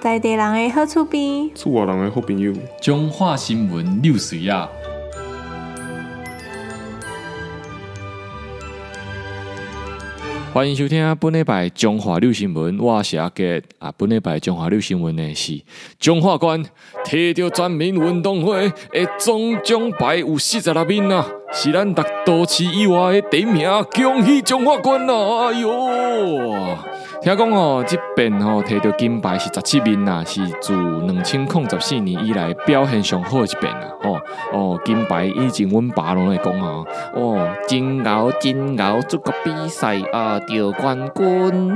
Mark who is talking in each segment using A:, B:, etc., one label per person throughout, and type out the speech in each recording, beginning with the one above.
A: 在地人的好厝边，
B: 厝外人的好朋友，
C: 中华新闻六水啊，欢迎收听本礼拜中华六新闻，我是阿杰啊。本礼拜中华六新闻呢是中华关摕到全民运动会的总奖牌有四十六面啊，是咱达都市以外的第一名，恭喜中华关啊！哎哟！听讲哦，即边哦摕到金牌是十七面啦，是自两千零十四年以来表现上好的一遍啦。哦哦，金牌以前阮爸拢会讲啊，哦，真敖真敖，这个比赛啊，得冠军，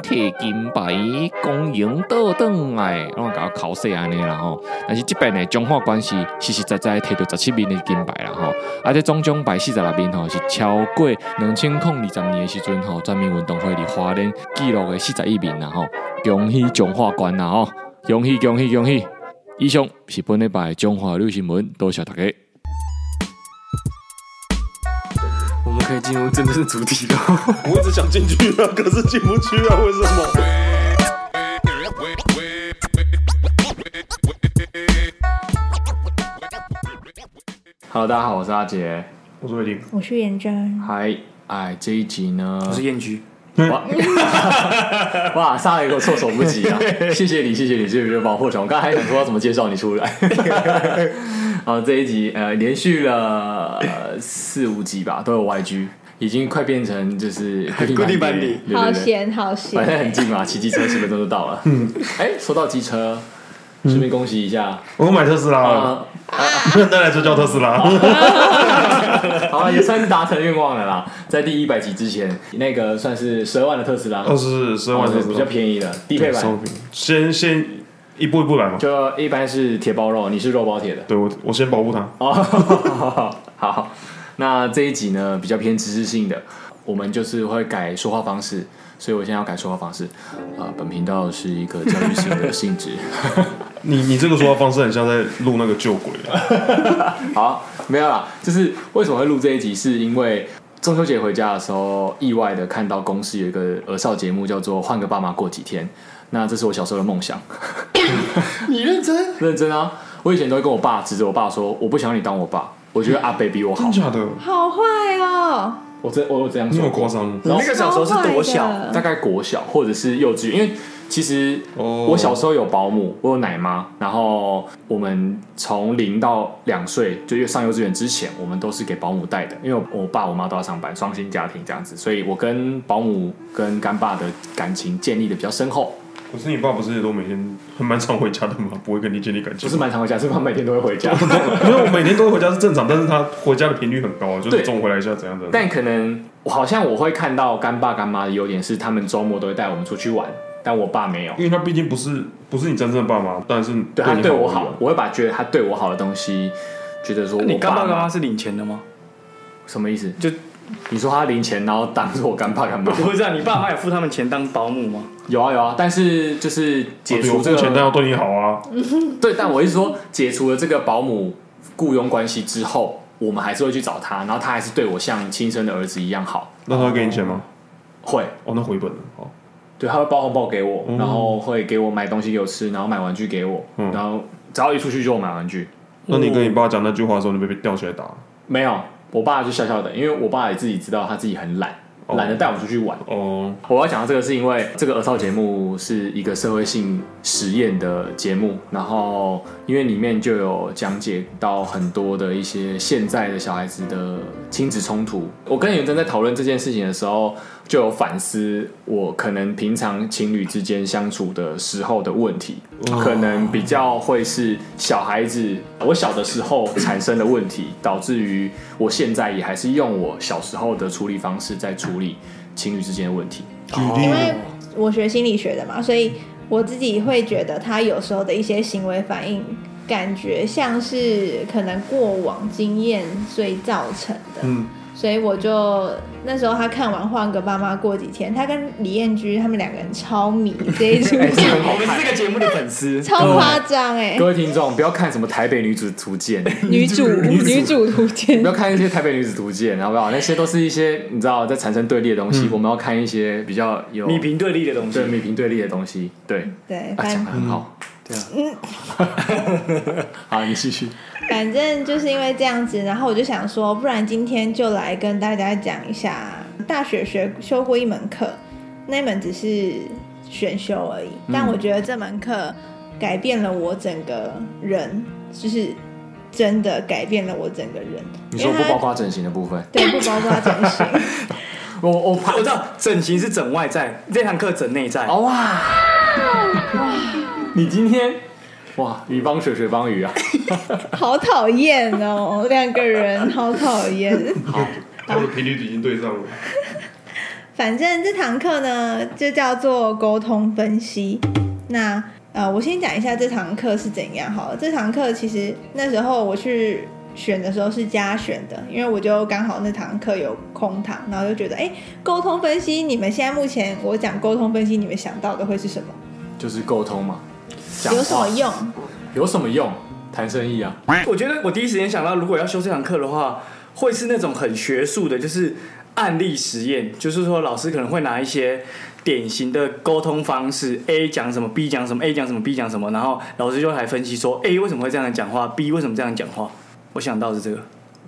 C: 摕金牌，光荣倒转来，拢甲我口说安尼啦吼。但是即边的中华关系实实在在摕到十七面的金牌啦吼。啊，这总奖牌四十六面吼是超过两千零二十年的时阵吼，全民运动会伫华联记录的四十一面啦吼，恭喜中华关啦吼，恭喜恭喜恭喜！以上是本礼拜的中华六新闻，多谢大家。
D: 我们可以进入真正的主题了。
B: 我一直想进去啊，可是进不去啊，为什么？
C: Hello，大家好，我是阿杰。
B: 我说一定，
A: 我是元真。
C: 嗨，哎，这一集呢，
D: 我是燕居，
C: 哇， 哇，上一个措手不及啊！谢谢你，谢谢你，谢谢你的保护伞。我刚才还想说要怎么介绍你出来。 好，这一集呃，连续了呃四五集吧，都有 YG，已经快变成就是 固
D: 固定班
C: 底
D: 底，
C: 对
A: 好
C: 对对，
A: 险，好
C: 反正很
A: 险！
C: 近嘛，骑机车十分钟就到了。嗯， 哎，说到机车，顺便恭喜一下
B: 我买特斯拉 了，
C: 啊，
B: 再来就叫特斯拉。
C: 好啊了，也算是达成愿望了啦。在第一百集之前，那个算是十二万的特斯拉，
B: 二十十万特斯
C: 哦比较
B: 拉，
C: 便宜的低配版。
B: 收平，先先一步一步来嘛。
C: 就一般是铁包肉，你是肉包铁的
B: 对我，我先保护它。
C: 哦。好，那这一集呢比较偏知识性的，我们就是会改说话方式，所以我现在要改说话方式。啊、本频道是一个教育性的性质。
B: 你你这个说话方式很像在录那个旧鬼，
C: 哦好，没有啦，就是为什么会录这一集，是因为中秋节回家的时候，意外的看到公司有一个儿少节目，叫做《换个爸妈过几天》。那这是我小时候的梦想。
D: 你认真？
C: 认真啊，我以前都会跟我爸指着我爸说，我不想你当我爸，我觉得阿北比我 好
B: 真。假的？
A: 好坏哦，
C: 我这我有这样
B: 你
C: 说
B: 有
C: 过
B: 夸。张吗？
D: 你那个小时候是多小？
C: 大概国小或者是幼稚园，因为其实
B: 哦
C: 我小时候有保姆，我有奶妈，然后我们从零到两岁，就上幼稚园之前，我们都是给保姆带的，因为我爸我妈都要上班，双薪家庭这样子，所以我跟保姆跟干爸的感情建立的比较深厚，
B: 可是你爸不是也都每天很蛮常回家的吗？不会跟你建立感情
C: 不？是蛮常回家，是他每天都会回 家。
B: 没有，我每天都会回家是正常，但是他回家的频率很高啊，就是
C: 对
B: 中午回来一下怎样怎样。
C: 但可能我好像我会看到干爸干妈的优点是，他们周末都会带我们出去玩，但我爸没有。
B: 因为他毕竟不是不是你真正的爸妈，但是
C: 对他
B: 你
C: 对我
B: 而
C: 好
B: 已啊，
C: 我会把觉得他对我好的东西，觉得说我
D: 你干爸
C: 爸
D: 干
C: 妈
D: 妈是领钱的吗？
C: 什么意思？
D: 就
C: 你说他零钱，然后当做我干爸干 妈？
D: 不是啊，你爸妈有付他们钱当保姆吗？
C: 有啊有啊，但是就是解
B: 哦啊对我
C: 除这
B: 付钱，但
C: 个
B: 要对你好啊。
C: 对，但我一直说解除了这个保姆雇佣关系之后，我们还是会去找他，然后他还是对我像亲生的儿子一样好，
B: 那他会给你钱吗？
C: 会
B: 哦，那回本了。好，
C: 对，他会包红包给我，
B: 嗯
C: 然后会给我买东西给我吃，然后买玩具给我，
B: 嗯
C: 然后只要一出去就买玩具，
B: 那你跟你爸讲那句话的时候，你被被吊起来打。
C: 没有，我爸就笑笑的，因为我爸也自己知道他自己很懒，
B: 哦
C: 懒得带我出去玩。
B: 哦，
C: 我要讲到这个是因为这个儿少节目是一个社会性实验的节目，然后因为里面就有讲解到很多的一些现在的小孩子的亲子冲突。我跟元真在讨论这件事情的时候，就有反思我可能平常情侣之间相处的时候的问题，可能比较会是小孩子我小的时候产生的问题，导致于我现在也还是用我小时候的处理方式在处理。情侣之间的问题。
B: 举例
A: 因为我学心理学的嘛，所以我自己会觉得他有时候的一些行为反应，感觉像是可能过往经验所以造成的。
B: 嗯，
A: 所以我就那时候他看完《换个爸妈过几天》，他跟李彦居他们两个人超迷这一出 剧，
D: 我们是这个节目的粉丝，
A: 超夸张哎！
C: 各位听众，不要看什么《台北女子图 鉴》，
A: 女主女主图鉴
C: 不要看一些《台北女子图鉴》，好不好？那些都是一些你知道在产生对立的东
E: 嗯
C: 西。我们要 看一些比较有
D: 米平对立的东
C: 对
D: 西。
E: 嗯
C: 米平对立的东西。对，
A: 对，
C: 啊，
A: 反
C: 讲的很好。
D: 对啊。
E: 好，你继续。
A: 反正就是因为这样子，然后我就想说，不然今天就来跟大家讲一下，大学学修过一门课，那门只是选修而已，
E: 嗯
A: 但我觉得这门课改变了我整个人，就是真的改变了我整个人。
E: 你说
A: 因
E: 不
A: 为它
E: 包括整形的部分，
A: 对不包括 整形，
D: 我我怕我知道整形是整外在，这堂课整内
C: 哎
D: 在。
E: 哦哇！你今天哇，鱼帮水，水帮鱼啊！
A: 好讨厌哦，两个人好讨厌。
B: 他的频率已经对上了。
A: 反正这堂课呢，就叫做沟通分析。那呃，我先讲一下这堂课是怎样好了。这堂课其实那时候我去选的时候是加选的，因为我就刚好那堂课有空堂，然后就觉得，哎，沟通分析，你们现在目前我讲沟通分析，你们想到的会是什么？
E: 就是沟通嘛，讲话
A: 有什么用？
E: 有什么用？谈生意啊，
D: 我觉得我第一时间想到，如果要修这堂课的话，会是那种很学术的，就是案例实验，就是说老师可能会拿一些典型的沟通方式，A 讲什么，B 讲什么，A 讲什么，B 讲什么，然后老师就来分析说，A 为什么会这样讲话，B 为什么这样讲话。我想到的是这个，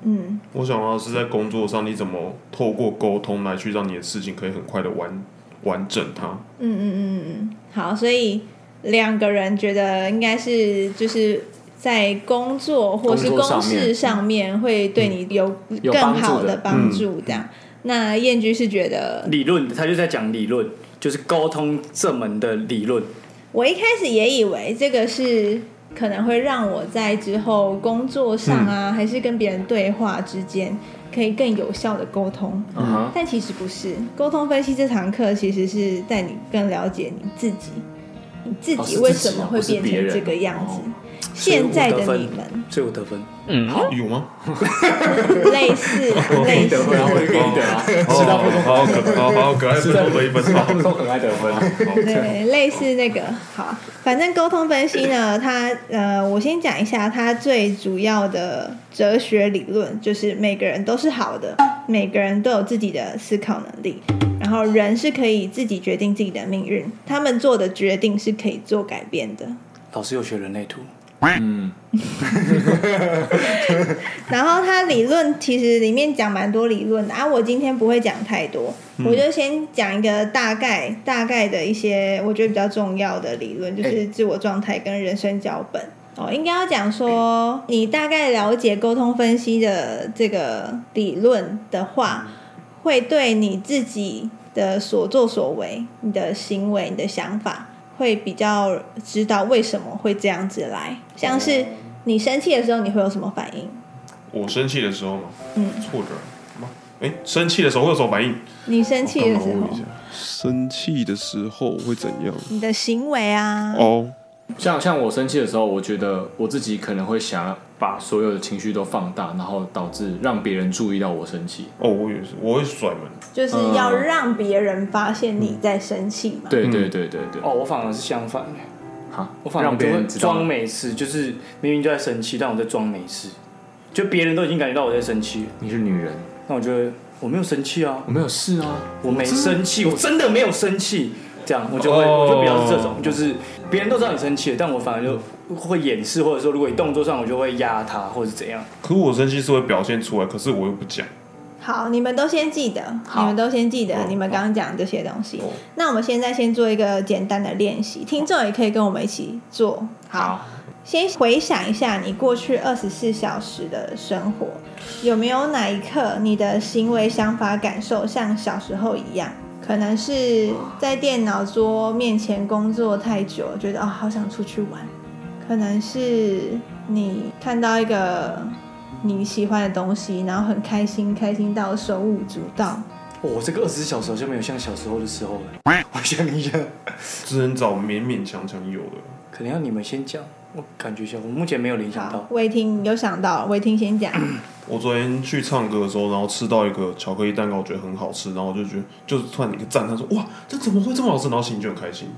A: 嗯，
B: 我想到是在工作上，你怎么透过沟通来去让你的事情可以很快的完完整它。
A: 嗯嗯嗯嗯，好，所以两个人觉得应该是就是在工作或是
E: 工作
A: 公
E: 上面嗯
A: 事上面会对你有
E: 有
A: 更
E: 帮助
A: 好
E: 的嗯
A: 的帮助，这样。那燕居是觉得，
D: 理论他就在讲理论，就是沟通这门的理论。
A: 我一开始也以为这个是可能会让我在之后工作上
E: 嗯
A: 啊，还是跟别人对话之间可以更有效的沟通，
E: 嗯哼，
A: 但其实不是。沟通分析这堂课其实是带你更了解你自己，你自
E: 哦是
A: 己
E: 自
A: 为
E: 己
A: 什么
E: 哦
A: 会
E: 不是
A: 变
E: 别
A: 成
E: 人
A: 这个样子
E: 哦。
A: 现在的
D: 所以我得
A: 你
D: 分
A: 们
D: 所以我得分，
B: 有吗？
A: 类似类似，
E: 然后 我就给你得 啊，知道不
B: 好可好好可爱，不多得一分。好
E: 都很爱得分啊。
A: 对，类似那个好，反正沟通分析 呢，它呃，我先讲一下它最主要的哲学理论，就是每个人都是好的，每个人都有自己的思考能力，然后人是可以自己决定自己的命运，他们做的决定是可以做改变的。
D: 老师有学人类图，
E: 嗯，
A: 然后它理论其实里面讲蛮多理论的啊，我今天不会讲太多，我就先讲一个大概大概的一些我觉得比较重要的理论，就是自我状态跟人生脚本。哦，应该要讲说，你大概了解沟通分析的这个理论的话，会对你自己的所作所为、你的行为、你的想法，会比较知道为什么会这样子来。像是你生气的时候，你会有什么反应？
B: 我生气的时候嘛，
A: 嗯
B: 挫折吗？哎，生气的时候会有什么反应？
A: 你生气的时
B: 我刚
A: 候
B: 刚问一，下，生气的时候会怎样？
A: 你的行为啊，
B: 哦，
E: 像像我生气的时候，我觉得我自己可能会想要把所有的情绪都放大，然后导致让别人注意到我生气。
B: 哦，我也是，我会甩门。
A: 就是要让别人发现你在生气嘛。
E: 对
B: 嗯
E: 对对对对，
D: 哦，我反而是相反的。
E: 好，
D: 我反而
E: 让别人知
D: 就会
E: 道
D: 装没事，就是明明就在生气，但我在装没事，就别人都已经感觉到我在生气了，
E: 你是女人，
D: 那我觉得我没有生气啊，
E: 我没有事啊，
D: 我没生气，我真的没有生气，这样我就会、
B: 哦
D: 我就比较是这种，就是别人都知道你生气了，但我反而就会掩饰，或者说如果你动作上我就会压他，或者怎样。
B: 可是我生气是会表现出来，可是我又不讲。
A: 好，你们都先记得，你们都先记
B: 哦
A: 得，你们刚刚讲这些东西。那我们现在先做一个简单的练习，听众也可以跟我们一起做。好，先回想一下你过去二十四小时的生活，有没有哪一刻你的行为、想法、感受像小时候一样？可能是在电脑桌面前工作太久，觉得哦好想出去玩；可能是你看到一个你喜欢的东西，然后很开心，开心到手舞足蹈。
D: 哦我、这个二十四小时好像没有像小时候的时候 了。我想一下，
B: 只能找勉勉强强有的。
D: 可能要你们先讲，我感觉一下，我目前没有联想
A: 好
D: 到，。
A: 魏婷有想到，魏婷先讲。
B: 我昨天去唱歌的时候，然后吃到一个巧克力蛋糕，我觉得很好吃，然后我就觉得就是突然一个赞叹说哇，这怎么会这么好吃？然后心里就很开心。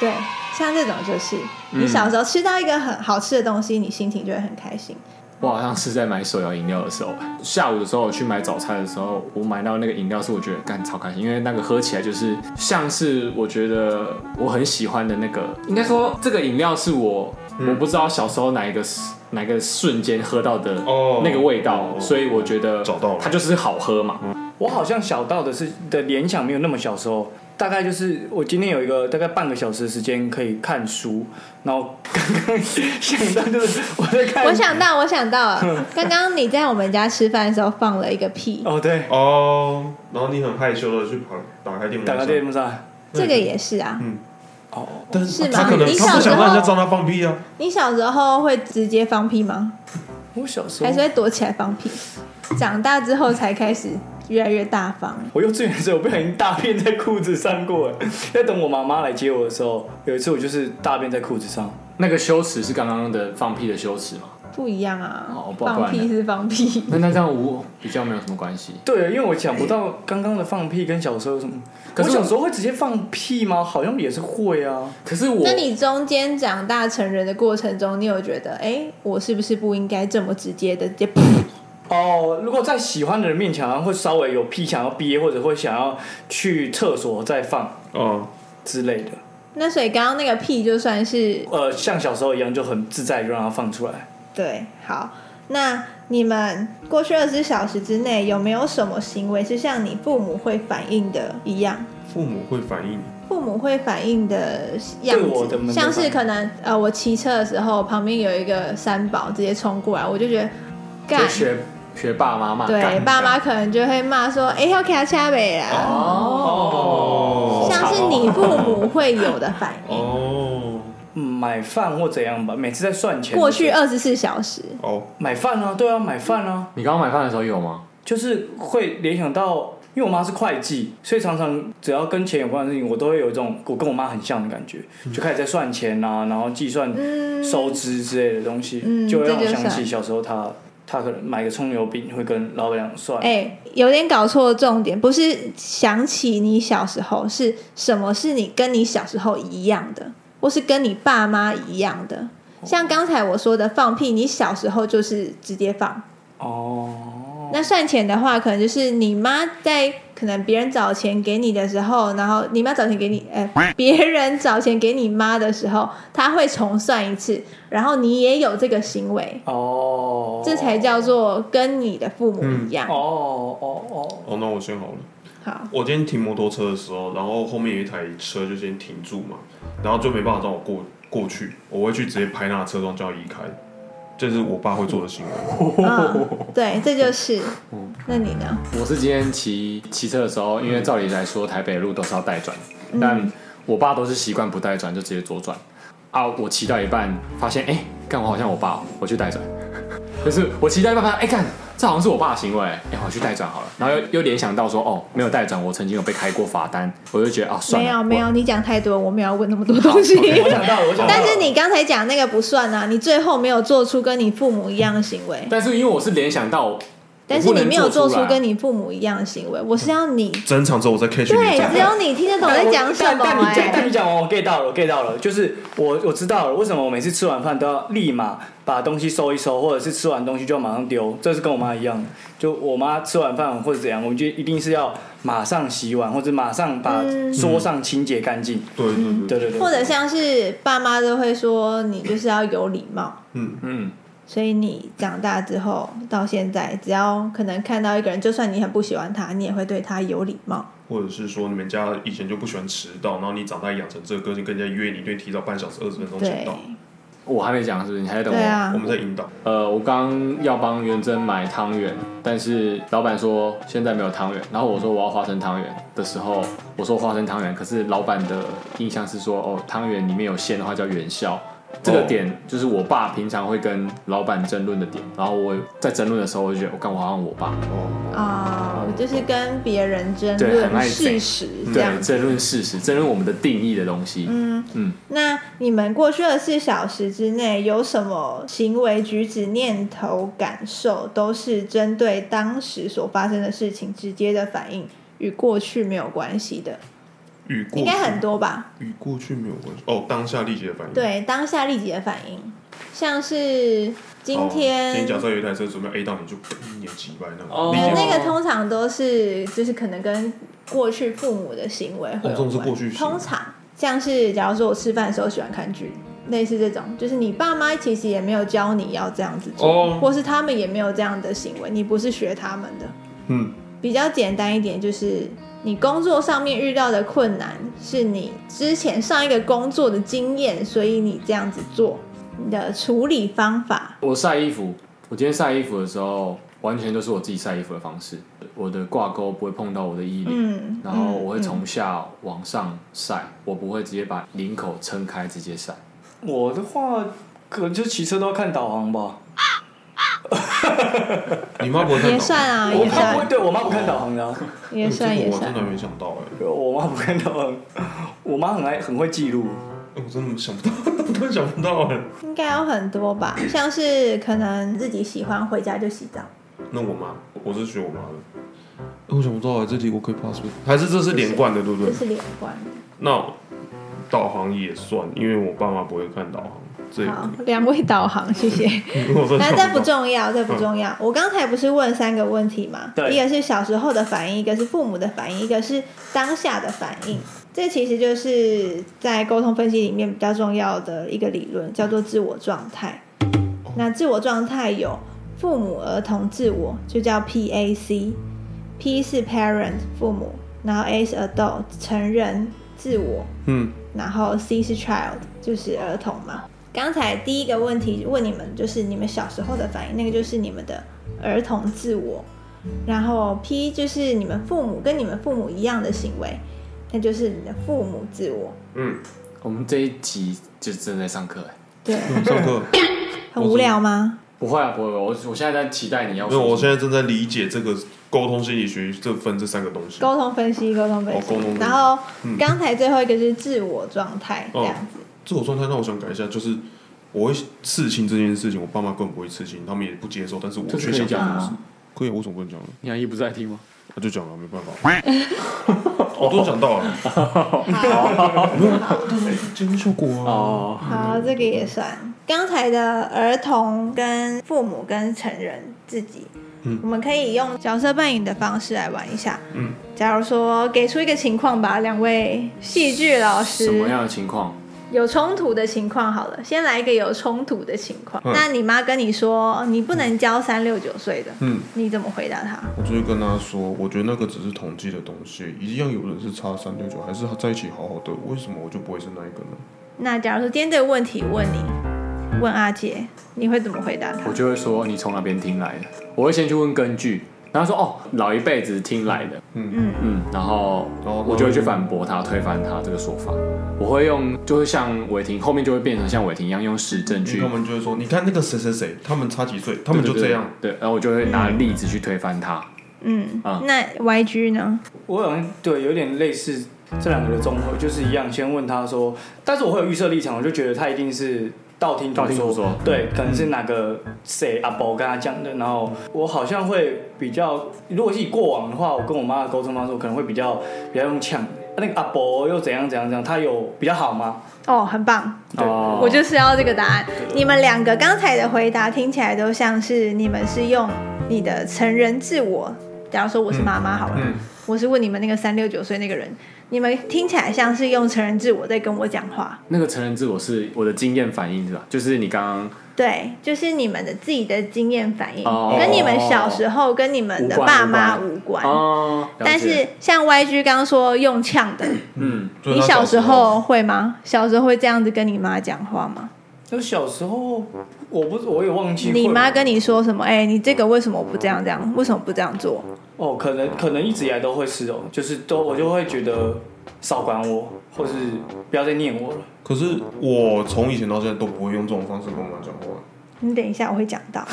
A: 对，像这种就是你小时候吃到一个很好吃的东西，你心情就会很开心。
C: 我好像是在买手摇饮料的时候，下午的时候我去买早餐的时候，我买到那个饮料是我觉得干超开心，因为那个喝起来就是像是我觉得我很喜欢的那个，应该说这个饮料是我、我
B: 嗯
C: 不知道小时候哪一个时哪一个瞬间喝到的
B: 哦
C: 那个味道，
B: 哦
C: 所以我觉得
B: 找到了嗯
C: 它就是好喝嘛。
D: 我好像小到的是的联想没有那么小时候，大概就是我今天有一个大概半个小时的时间可以看书，然后刚刚想到就是我 在看，
A: 我想到，我想到
C: 嗯
A: 了，刚刚你在我们家吃饭的时候放了一个屁，
D: 哦对，
B: 哦，然后你很害羞的去旁打开电风
D: 打
B: 扇，
D: 开电风扇，
A: 这个也是
C: 嗯
A: 啊。
D: 哦，
B: 但
A: 是吗
B: 他可能
A: 你
B: 他
A: 小
B: 不
A: 时
B: 想
A: 候
B: 让人家知道他放屁啊，
A: 你小时候会直接放屁吗？
D: 我小时候
A: 还是会躲起来放屁？长大之后才开始越来越大方。
D: 我幼稚园的时候，我不小心大便在裤子上过，哎在等我妈妈来接我的时候，有一次我就是大便在裤子上，
C: 那个羞耻是刚刚的放屁的羞耻嘛？
A: 不一样啊
C: 哦，不然呢
A: 放屁是放屁。
C: 那那这样无比较没有什么关系。
D: 对，因为我想不到刚刚的放屁跟小时候有什么，
C: 可是
D: 我
C: 我
D: 小时候会直接放屁吗？好像也是会啊，
C: 可是我
A: 那你中间长大成人的过程中，你有觉得，哎、我是不是不应该这么直接的直接噗
D: 哦，如果在喜欢的人面前，好像会稍微有屁想要憋，或者会想要去厕所再放
B: 哦，
D: 之类的。
A: 那所以刚刚那个屁就算是
D: 呃，像小时候一样就很自在，就让它放出来。
A: 对。好，那你们过去二十小时之内有没有什么行为是像你父母会反应的一样？
B: 父母会反应，
A: 父母会反应的样
D: 对我的
A: 子，
D: 们的
A: 像是
D: 反应
A: 可能呃，我骑车的时候旁边有一个三宝直接冲过来，我就觉得干
C: 就，学学爸妈骂，
A: 对，
C: 干
A: 爸妈可能就会骂说，哎、要卡车没啦，
C: 哦，
A: 像是你父母会有的反应。
B: 哦
D: 嗯买饭或怎样吧，每次在算钱的时候。
A: 过去二十四小时，
B: 哦，
D: 买饭啊，对啊，买饭啊，
C: 你刚刚买饭的时候有吗？
D: 就是会联想到，因为我妈是会计，所以常常只要跟钱有关的事情，我都会有一种我跟我妈很像的感觉，就开始在算钱啊，然后计算
A: 嗯，
D: 收支之类的东西，
A: 嗯
D: 就会让我
A: 这就是
D: 想起小时候她她可能买个葱油饼会跟老板娘算，
A: 哎、有点搞错重点，不是想起你小时候，是什么是你跟你小时候一样的，或是跟你爸妈一样的。
D: 哦
A: 像刚才我说的放屁，你小时候就是直接放。
D: 哦，
A: 那算钱的话，可能就是你妈在可能别人找钱给你的时候，然后你妈找钱给 你，哎、别人找钱给你妈的时候，她会重算一次，然后你也有这个行为，
D: 哦，
A: 这才叫做跟你的父母一样。
D: 哦哦哦，
B: 哦，那我先好了。
A: 好，
B: 我今天停摩托车的时候，然后后面有一台车就先停住嘛，然后就没办法让我过过去，我会去直接拍那车窗叫他移开，这是我爸会做的行为。
A: 嗯，对，这就是。那你呢？
C: 我是今天骑骑车的时候，因为照理来说台北的路都是要带转，
A: 嗯
C: 但我爸都是习惯不带转，就直接左转。啊，我骑到一半发现，哎、干我好像我爸、哦，我去带转。 就是我骑到一半发现，哎、干，这好像是我爸的行为，哎、我去带转好了。然后又又联想到说，哦，没有带转，我曾经有被开过罚单，我就觉得啊，算
A: 没
C: 了，
A: 有
C: 我
A: 没有，你讲太多，我没有要问那么多东西。
D: 我想到了，我 想到了，
A: 但是你刚才讲那个不算啊，你最后没有做出跟你父母一样的行为，
C: 但是因为我是联想到，
A: 但是你没有做
C: 我不
A: 出
C: 能
A: 跟
C: 你
A: 你父母一样的行为，我是要你
B: 整场之后我再 catch 你
A: 对，
B: 讲
A: 只有你听得懂我在讲什么
D: 但但你讲，
A: 哎、
D: 但你讲完哦我 get 到了我，get 到了，就是我我知道了为什么我每次吃完饭都要立马把东西收一收，或者是吃完东西就要马上丢，这是跟我妈一样。就我妈吃完饭或者怎样，我们就一定是要马上洗碗，或者马上把
A: 嗯
D: 桌上清洁干净。
B: 对对对，
D: 对对对，
A: 或者像是爸妈都会说你就是要有礼貌，
B: 嗯，
C: 嗯，
A: 所以你长大之后到现在，只要可能看到一个人，就算你很不喜欢他，你也会对他有礼貌。
B: 或者是说你们家以前就不喜欢迟到，然后你长大养成这个个性，跟人家约你，对，提早半小时、二十分钟迟
A: 对
B: 到，
C: 我还没讲是不是？你还在等我？
A: 对啊
B: 我，们在引导。
C: 呃，我刚要帮元真买汤圆，但是老板说现在没有汤圆，然后我说我要花生汤圆的时候，我说花生汤圆，可是老板的印象是说哦，汤圆里面有馅的话叫元宵。这个点就是我爸平常会跟老板争论的点，然后我在争论的时候，我就觉得我干我好像我爸，
B: 哦，
A: 哦，就是跟别人争
C: 对很
A: 论
C: 爱
A: 事实这
B: 嗯
C: 对
A: 样，子。
C: 争论事实，争论我们的定义的东西。
A: 嗯
C: 嗯，
A: 那你们过去二十四小时之内有什么行为、举止、念头、感受，都是针对当时所发生的事情直接的反应，与过去没有关系的，
B: 与过
A: 应该很
B: 去
A: 多吧？
B: 与过去没有关系。哦，当下立即的反应。
A: 对，当下立即的反应，像是今
B: 哦今天
A: 天
B: 假设有一台车准备 A 到你，就嗯你几百那种。
C: 哦
B: 理解
A: 呃
B: 吗
A: 那个通常都是就是可能跟过去父母的行为会有
B: 哦通常是
A: 关
B: 过去行为
A: 通常像是假如说我吃饭的时候喜欢看剧，类似这种，就是你爸妈其实也没有教你要这样子做，
B: 哦
A: 或是他们也没有这样的行为，你不是学他们的。
B: 嗯，
A: 比较简单一点，就是你工作上面遇到的困难是你之前上一个工作的经验，所以你这样子做，你的处理方法嗯
C: 我晒衣服，我今天晒衣服的时候，完全都是我自己晒衣服的方式，我的挂钩不会碰到我的衣领，
A: 嗯
C: 然后我会从下往上晒，我不会直接把领口撑开直接晒。
D: 我的话，可能就骑车都要看导航吧。
B: 你妈不会看
A: 也
B: 到
A: 算啊，
D: 我
A: 也
D: 妈不会，
A: 算，
D: 对我妈不看导航的啊、
A: 也
B: 嗯这个
A: 算，也
B: 我
A: 算
B: 真。的没想到哎、
D: 我妈不看导航，我妈很爱很会记录。
B: 哎我真的想不到， 我真的想不到哎、
A: 应该有很多吧，像是可能自己喜欢回家就洗澡，
B: 那我妈，我是学我妈的。哎我想不到哎、这题我可以 pass 不还是这是连贯的，对不
A: 这
B: 对？
A: 是连贯的。
B: 那导航也算，因为我爸妈不会看导航，这也
A: 好，两位导航，谢谢。
B: 我真的
A: 那
B: 想
A: 哎这不
B: 到。
A: 重要，这不重要。我刚才不是问三个问题吗？
D: 对
A: 一个是小时候的反应，一个是父母的反应，一个是当下的反应。这其实就是在沟通分析里面比较重要的一个理论，叫做自我状态。那自我状态有父母、儿童、自我，就叫 PAC。P 是 parent 父母，然后 A 是 adult 成人自我，
B: 嗯，
A: 然后 C 是 child，就是儿童嘛。刚才第一个问题问你们，就是你们小时候的反应，那个就是你们的儿童自我。然后 P 就是你们父母跟你们父母一样的行为，那就是你的父母自我。
B: 嗯，
C: 我们这一集就真的在上课哎、
A: 对，
B: 上课。
A: 很无聊吗？
C: 不会啊，不会，我我现在在期待你要
B: 没有，
C: 说
B: 我
C: 什
B: 现
C: 么。
B: 在正在理解这个沟通心理学这分这三个东西。
A: 沟通分析，沟通分
B: 哦沟通分
A: 析。
B: 析
A: 然后
B: 嗯
A: 刚才最后一个是自我状态，这
B: 哦
A: 样子。
B: 自我状态，那我想改一下，就是我会刺青这件事情，我爸妈根本不会刺青，他们也不接受，但是我
C: 这是
B: 却
C: 可以
B: 想
C: 讲的
A: 嗯
C: 吗？
B: 可以，我为什么不能讲呢？
C: 你阿姨不是在听吗？
B: 我就讲了，没办法， 我都想到了，
A: 好，
B: 节目效果啊，
C: 哦，
A: 好，这个也算。刚才的儿童跟父母跟成人自己，
B: 嗯
A: 我们可以用角色扮演的方式来玩一下。
B: 嗯，
A: 假如说给出一个情况吧，两位戏剧老
C: 什么
A: 师
C: 样的情况？
A: 有冲突的情况好了，先来一个有冲突的情况。
B: 嗯
A: 那你妈跟你说你不能教三六九岁的，
B: 嗯，
A: 你怎么回答她？
B: 我就会跟他说，我觉得那个只是统计的东西，一样有人是差三六九，还是在一起好好的，为什么我就不会是那一个呢？
A: 那假如说今天这个问题问你，问阿杰，你会怎么回答她
C: 我？就会说你从哪边听来的？我会先去问根据，然后说哦，老一辈子听来的，
A: 嗯，
C: 嗯，然后
B: 哦
C: 我就会去反驳他，推翻他这个说法。我会用，就会像伟霆后面就会变成像伟霆一样用实证
B: 因
C: 去
B: 为他们就会说，你看那个谁谁谁，他们差几岁，嗯他们就这样，，
C: 对对对，对然后我就会拿例子去推翻他。
A: 嗯
C: 啊，
A: 那 YG 呢？
D: 我好像对有点类似这两个的综合，就是一样，先问他说，但是我会有预设立场，我就觉得他一定是
B: 嗯
D: 道听
C: 道
D: 途
C: 听途说
D: 对，可能是哪个谁阿伯跟他讲的，然后我好像会比较，如果是以过往的话，我跟我妈的沟通方式，我可能会比较比较用呛的，那个阿伯又怎样怎样怎样，他有比较好吗？
A: 哦，很棒，
D: 对
C: 哦
A: 我就是要这个答案。你们两个刚才的回答听起来都像是你们是用你的成人自我，假如说我是妈妈好了，
B: 嗯
A: 我是问你们那个三六九岁那个人，你们听起来像是用成人自我在跟我讲话。
C: 那个成人自我是我的经验反应是吧？就是你刚刚
A: 对，就是你们的自己的经验反应，
C: 哦
A: 跟你们小时候跟你们的呃爸妈无关。
C: 哦，了解
A: 但是像 YG 刚刚说用呛的，
C: 嗯，
B: 就是
A: 你
B: 他
A: 小时
B: 时
A: 候会吗？小时候会这样子跟你妈讲话吗？
D: 就小时候，我不我也忘记会
A: 你妈跟你说什么？哎、你这个为什么不这样这样？为什么不这样做？
D: 哦，可能可能一直以来都会是哦，就是都我就会觉得少管我，或是不要再念我了。
B: 可是我从以前到现在都不会用这种方式跟我妈讲话，
A: 你等一下，我会讲到。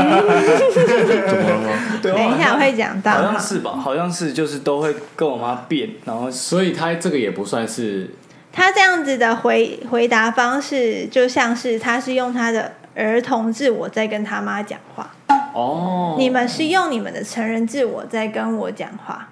B: 怎么了吗？
D: 对
A: 等一下，我会讲到。
D: 好像是吧？好像是，就是都会跟我妈变，然后
C: 所以他这个也不算是
A: 他这样子的回回答方式，就像是他是用他的儿童自我在跟他妈讲话，
C: 哦，
A: 你们是用你们的成人自我在跟我讲话，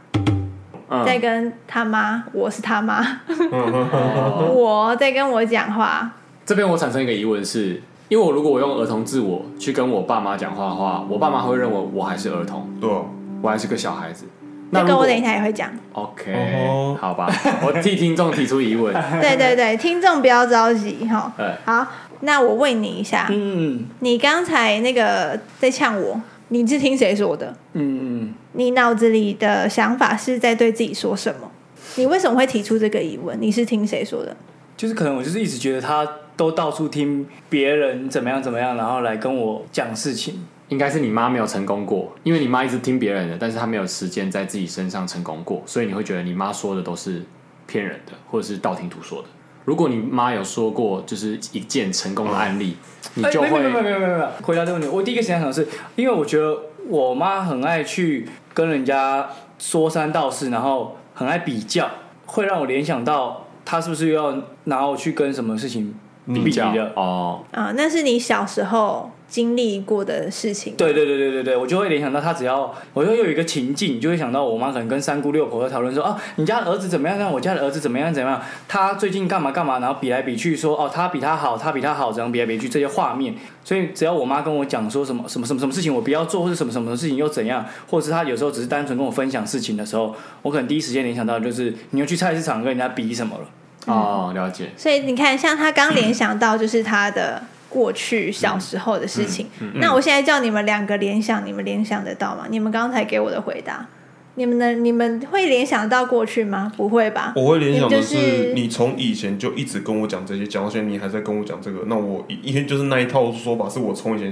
C: 嗯
A: 在跟他妈，我是他妈，
C: 哦
A: 我在跟我讲话。
C: 这边我产生一个疑问是，因为我如果我用儿童自我去跟我爸妈讲话的话，我爸妈会认为我还是儿童，
B: 对啊，
C: 我还是个小孩子。那
A: 这
C: 如
A: 个
C: 果
A: 我等一下也会讲。
C: OK，、
B: 哦吼
C: 好吧，我替听众提出疑问。
A: 对对对，听众不要着急哈。
C: 哎
A: 好，那我问你一下，
D: 嗯
A: 你刚才那个在呛我，你是听谁说的？
D: 嗯嗯，
A: 你脑子里的想法是在对自己说什么？你为什么会提出这个疑问？你是听谁说的？
D: 就是可能我就是一直觉得他都到处听别人怎么样怎么样，然后来跟我讲事情。
C: 应该是你妈没有成功过，因为你妈一直听别人的，但是她没有实践在自己身上成功过，所以你会觉得你妈说的都是骗人的，或者是道听途说的。如果你妈有说过就是一件成功的案例，你
D: 哎
C: 就
D: 没有没有
C: 会
D: 没有没有没有。回答这个问题，我第一个想想的是，因为我觉得我妈很爱去跟人家说三道四，然后很爱比较，会让我联想到她是不是又要拿我去跟什么事情比
C: 较
D: 的。
C: 哦，
A: 啊、那是你小时候经历过的事情。
D: 对对对对对对，我就会联想到她只要我就又有一个情境，就会想到我妈可能跟三姑六婆在讨论说，啊，你家的儿子怎么样？让我家的儿子怎么样怎么样？他最近干嘛干嘛？然后比来比去说，哦，他比他好，他比他好，怎样比来比去这些画面。所以只要我妈跟我讲说什么什么什么什么事情我不要做，或者什么什么事情又怎样，或者是她有时候只是单纯跟我分享事情的时候，我可能第一时间联想到就是你又去菜市场跟人家比什么了。
C: 哦，了解。
A: 所以你看，像他刚联想到就是他的过去小时候的事情。那我现在叫你们两个联想，你们联想得到吗？你们刚才给我的回答，你们能你们会联想到过去吗？不会吧？
B: 我会联想的，
A: 你就是是
B: 你从以前就一直跟我讲这些，讲到现在你还在跟我讲这个，那我一天就是那一套说法，是我从以前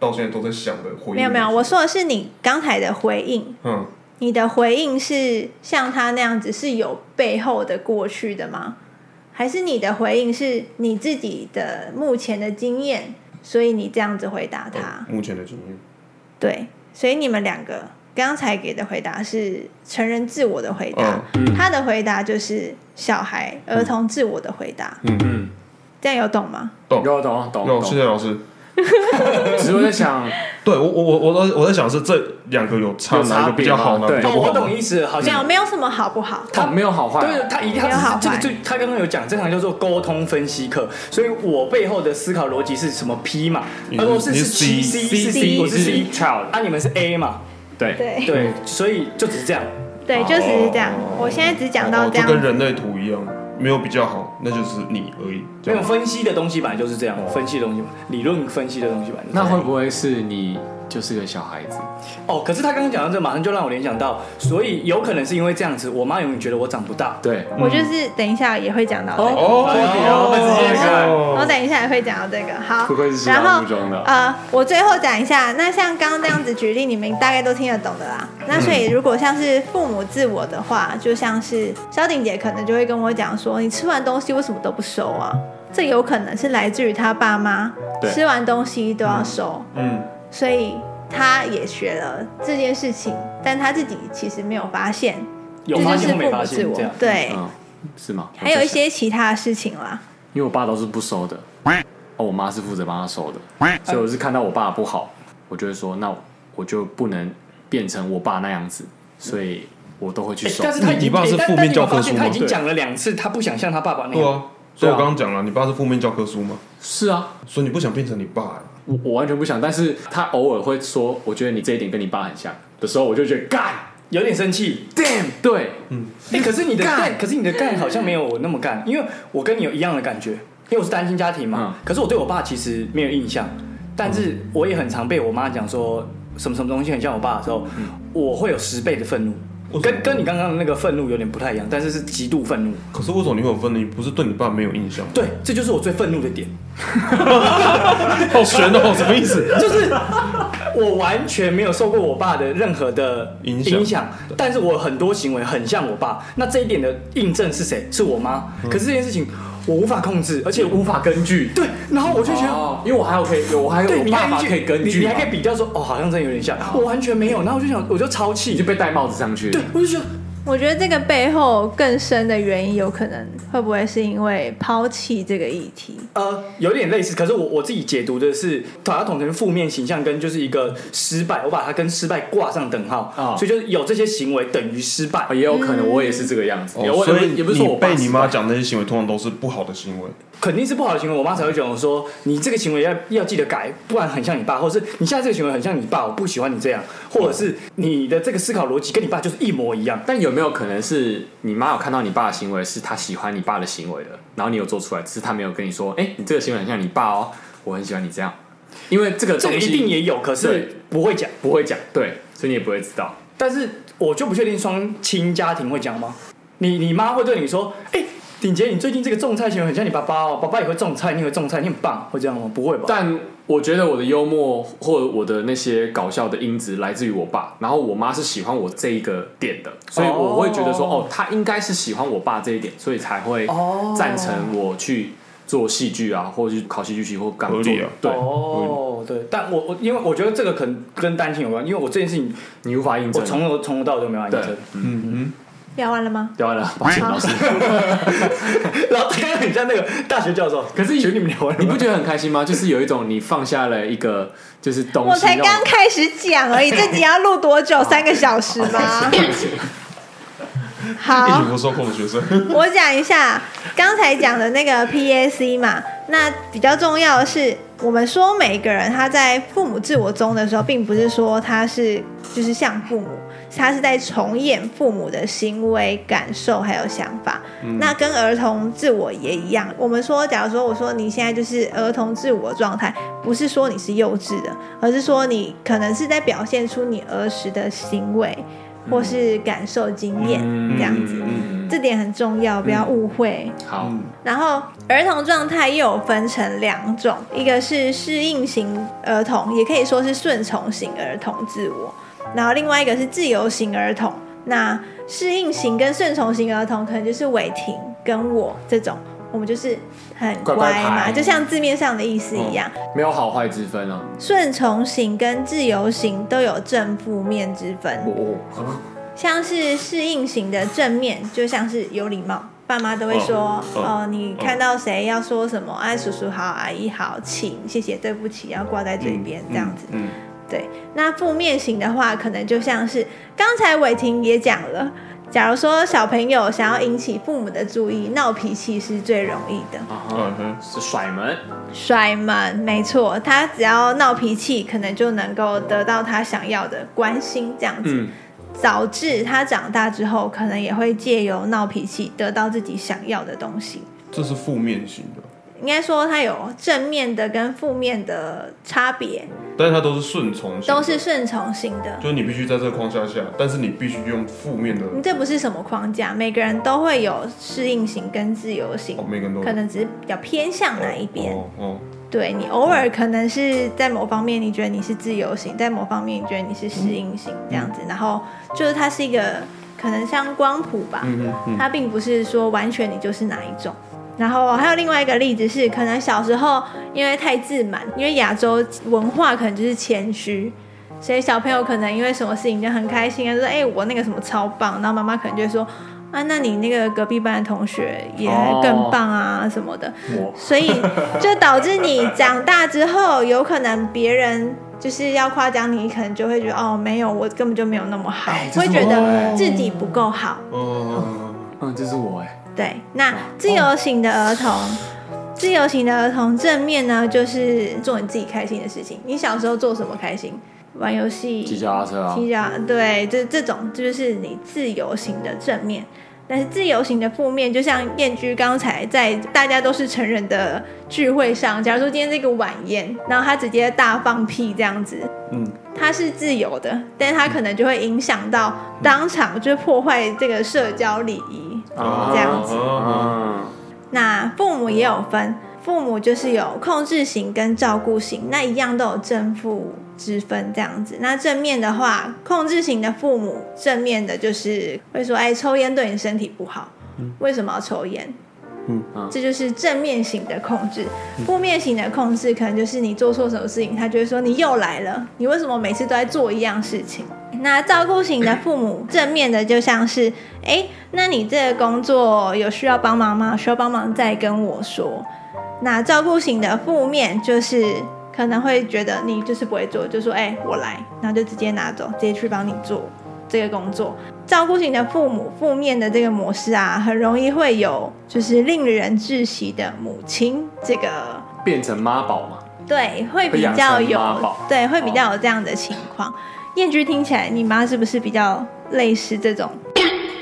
B: 到现在都在想的回忆。
A: 没有没有，我说的是你刚才的回应。
B: 嗯，
A: 你的回应是像他那样子是有背后的过去的吗？还是你的回应是你自己的目前的经验，所以你这样子回答他？
B: 哦目前的经验，
A: 对，所以你们两个刚才给的回答是成人自我的回答，他的回答就是小孩儿童自我的回答，
C: 嗯，
A: 这样有懂吗？
B: 懂
C: 有懂懂
B: 有，嗯谢
C: 懂。
B: 谢老师。
C: 只是我在想，
B: 对我我我我在我在想是这两个有差
C: 有差
B: 哪一个比较好，哪
C: 别
B: 个比
C: 吗对
B: 较
D: 哦，
B: 不
D: 我
B: 好吗
D: 懂？意思了，好
A: 没有，
D: 像
A: 没有什么好不好？
C: 他没有好坏啊，
D: 对，他一定
A: 没有
D: 要
A: 好
D: 这个
A: 坏
D: 最，他刚刚有讲，这堂叫做沟通分析课，所以我背后的思考逻辑是什么 P 嘛？
B: 你是
D: 而我是
B: 你是
D: 是 C
B: C，
D: 是
A: C，
D: 我是 C，
C: child，
D: 啊，你们是 A 嘛？
C: 对，
A: 对
D: 对，所以就只是这样。
A: 对，就只是这样。我现在只讲到
B: 哦
A: 这样
B: 就
A: 子
B: 跟人类图一样，没有比较好，那就是你而已。这
D: 没有
B: 样
D: 分析的东西本来就是这样，分析的东西，理论分析的东西本来就是这
C: 那
D: 样。
C: 会不会是你就是个小孩子？
D: 哦，可是他刚刚讲到这，马上就让我联想到，所以有可能是因为这样子，我妈永远觉得我长不大。
C: 对，
A: 我就是等一下也会讲到这个。
B: 哦，
C: 啊直接看
D: 哦
A: 我等一下也会讲到这个。好
C: 不愧是，
A: 然
C: 小
A: 后
C: 目中的
A: 呃，我最后讲一下，那像刚刚那样子举例，你们大概都听得懂的啦。
D: 嗯
A: 那所以如果像是父母自我的话，就像是萧鼎姐可能就会跟我讲说，你吃完东西为什么都不收啊？这有可能是来自于他爸妈
C: 对
A: 吃完东西都要收，
B: 嗯，
A: 所以他也学了这件事情，但他自己其实没有发现，
D: 有
A: 这
D: 发
A: 就是父
D: 现或
A: 母
D: 没发
A: 自
D: 现
A: 我
D: 这样。。
A: 对，
C: 嗯，是吗？
A: 还有
C: 我在
A: 一
C: 想
A: 些其他的事情啦。
C: 因为我爸都是不收 的，哦，我妈是负责帮他收的，所以我是看到我爸不好，我就会说，那我就不能变成我爸那样子，所以我都会去
D: 哎
C: 收。
D: 但是他已
B: 你
D: 经，
B: 你爸是
D: 哎但
B: 负面
D: 但你有
B: 教科
D: 发现
B: 书吗
D: 他已经讲了两次，他不想像他爸爸那
B: 对
D: 样。
B: 啊。所以我刚刚讲了，你爸是负面教科书嘛，
C: 是啊，
B: 所以你不想变成你爸。欸
C: 我我完全不想，但是他偶尔会说，我觉得你这一点跟你爸很像的时候，我就觉得干
D: 有点生气。
C: damn，对，
D: 哎、可是你的干，可是你的干好像没有我那么干，因为我跟你有一样的感觉，因为我是单亲家庭嘛。
C: 嗯
D: 可是我对我爸其实没有印象，但是
B: 嗯
D: 我也很常被我妈讲说什么什么东西很像我爸的时候，我会有十倍的愤怒，
B: 嗯为什么
D: 跟跟你刚刚的那个愤怒有点不太一样，但是是极度愤怒。
B: 可是为什么你会有分离？不是对你爸没有印象吗？
D: 对，这就是我最愤怒的点，
B: 好悬 哦，什么意思？
D: 就是我完全没有受过我爸的任何的
B: 影响
D: 影响，但是我很多行为很像我爸。那这一点的印证是谁？是我妈。
B: 嗯
D: 可是这件事情我无法控制，而且无
C: 无法根据。
D: 对，然后我就觉得。
C: 哦，因为我还有可以，有我还有
D: 对，
C: 我
D: 你
C: 爸
D: 还
C: 爸可以根据
D: 你，你
C: 嘛，
D: 还可以比较说，哦，好像真的有点像，我完全没有。然后我就想，我就超
C: 你就
D: 气，
C: 被戴帽子上去。
D: 对，我就觉得
A: 我觉得这个背后更深的原因，有可能会不会是因为抛弃这个议题？
D: 呃，有点类似，可是我我自己解读的是，把它统成负面形象跟就是一个失败，我把它跟失败挂上等号，
C: 哦
D: 所以就是有这些行为等于失败
C: 啊，。也有可能我也是这个样子，也我
B: 哦所以
C: 也不是说我
B: 你被
C: 爸
B: 你
C: 是
B: 妈讲那些行为，通常都是不好的行为。
D: 肯定是不好的行为，我妈才会讲我说你这个行为要要记得改，不然很像你爸，或者是你现在这个行为很像你爸，我不喜欢你这样，或者是你的这个思考逻辑跟你爸就是一模一样。
C: 但有没有可能是你妈有看到你爸的行为，是她喜欢你爸的行为的，然后你有做出来，只是她没有跟你说，哎、你这个行为很像你爸哦，我很喜欢你这样，因为这个
D: 这
C: 东
D: 个
C: 西
D: 一定也有，可
C: 对
D: 是不会讲。
C: 不会讲，对，所以你也不会知道。
D: 但是我就不确定双亲家庭会讲吗？你你妈会对你说，哎、鼎杰，你最近这个种菜行为很像你爸爸哦，爸爸也会种菜，你也会种菜，你很棒，会这样吗？不会吧？
C: 但我觉得我的幽默或者我的那些搞笑的因子来自于我爸，然后我妈是喜欢我这一个点的，所以我会觉得说，
D: 哦
C: 哦，她应该是喜欢我爸这一点，所以才会
D: 哦
C: 赞成我去做戏剧啊，或者去考戏剧系或干嘛
B: 合
C: 做
B: 理啊
C: 对，
D: 哦，对，但我我因为我觉得这个可能跟单亲有关，因为我这件事情
C: 你无法印
D: 我
C: 证。
D: 从头从头到尾都没有完
C: 对
D: 成，
B: 嗯
A: 聊完了吗？
C: 聊完了，抱 歉老师。
D: 然后他很像那个大学教授，
C: 可是
D: 请你们聊完了吗
C: 你不觉得很开心吗？就是有一种你放下了一个就是东
A: 我
C: 西，
A: 才
C: 让
A: 刚开始讲而已，这集要录多久？三个小时吗？
B: 哼，一
A: 好
B: 群，不受控的学生，
A: 我讲一下刚才讲的那个 PAC 嘛，那比较重要的是，我们说每个人他在父母自我中的时候，并不是说他是就是像父母，他是在重演父母的行为、感受还有想法。
C: 嗯
A: 那跟儿童自我也一样，我们说，假如说我说你现在就是儿童自我状态，不是说你是幼稚的，而是说你可能是在表现出你儿时的行为或是感受经验、 这样子。
C: 嗯，
A: 这点很重要，不要误会。
C: 好，
A: 然后儿童状态又有分成两种，一个是适应型儿童，也可以说是顺从型儿童自我，然后另外一个是自由型儿童。那适应型跟顺从型儿童可能就是伟霆跟我这种，我们就是很乖
C: 乖乖
A: 嘛，
C: 牌嗯
A: 就像字面上的意思一样。
C: 没有好坏之分哦。
A: 顺从型跟自由型都有正负面之分。
C: 哦，
A: 像是适应型的正面，就像是有礼貌，爸妈都会说，
B: 嗯
A: 哦，你看到谁要说什么，哎、叔叔好，阿姨好，请，谢谢，对不起，要挂在嘴边、这样子。
B: 嗯，
A: 对，那负面型的话，可能就像是刚才伟霆也讲了，假如说小朋友想要引起父母的注意，闹脾气是最容易的。
C: 啊哈，
B: 嗯哼，
C: 是甩门，
A: 摔门，没错，他只要闹脾气，可能就能够得到他想要的关心，这样子。
C: 嗯
A: 导致他长大之后，可能也会借由闹脾气得到自己想要的东西。
B: 这是负面型的，
A: 应该说，他有正面的跟负面的差别，
B: 但是它都是顺从型的，
A: 都是顺从型的。
B: 就是你必须在这个框架下，但是你必须用负面的，
A: 你这不是什么框架，每个人都会有适应型跟自由型
B: 哦，，每个人都
A: 可能只是比较偏向哪一边。
B: 哦哦，
A: 对你偶尔可能是在某方面你觉得你是自由型，在某方面你觉得你是
B: 嗯
A: 适应型这样子，然后就是它是一个可能像光谱吧，
B: 嗯嗯嗯，
A: 它并不是说完全你就是哪一种。然后还有另外一个例子是，可能小时候因为太自满，因为亚洲文化可能就是谦虚，所以小朋友可能因为什么事情就很开心啊，就说：“哎、我那个什么超棒。”然后妈妈可能就会说：“啊，那你那个隔壁班的同学也
B: 哦
A: 更棒啊、什么的。”
C: 我
A: 所以就导致你长大之后，有可能别人就是要夸奖你，可能就会觉得哦，没有，我根本就没有那么好，
C: 哎这
A: 会
C: 是
A: 觉
C: 我哎
A: 得自己不够好。
B: 嗯，
C: 嗯，这是我哎，
A: 对，那自由型的儿童，自由型的儿童正面呢，就是做你自己开心的事情。你小时候做什么开心？玩游戏、
C: 骑脚踏车啊，
A: 踢脚，对，这这种就是你自由型的正面。但是自由型的负面，就像燕居刚才在大家都是成人的聚会上，假如说今天这个晚宴，然后他直接大放屁这样子，
B: 嗯，
A: 他是自由的，但是他可能就会影响到当场，就破坏这个社交礼仪。
B: 嗯哦
C: 啊
A: 这样子
C: 啊
A: 那父母也有分，父母就是有控制型跟照顾型，那一样都有正负之分这样子。那正面的话，控制型的父母，正面的就是会说，哎，抽烟对你身体不好，为什么要抽烟？
B: 嗯
C: 嗯
A: 这就是正面型的控制，负面型的控制可能就是你做错什么事情，他就会说你又来了，你为什么每次都在做一样事情？那照顾型的父母，正面的就像是，哎、那你这个工作有需要帮忙吗？需要帮忙再跟我说。那照顾型的负面就是可能会觉得你就是不会做，就说哎、我来，然后就直接拿走，直接去帮你做这个工作。照顾型的父母负面的这个模式啊，很容易会有就是令人窒息的母亲这个
C: 变成妈宝嘛？
A: 对，会
C: 会
A: 比
C: 养
A: 较
C: 成
A: 有
C: 妈嗯宝
A: 对，会比较有这样的情况。燕居听起来，你妈是不是比较类似这种？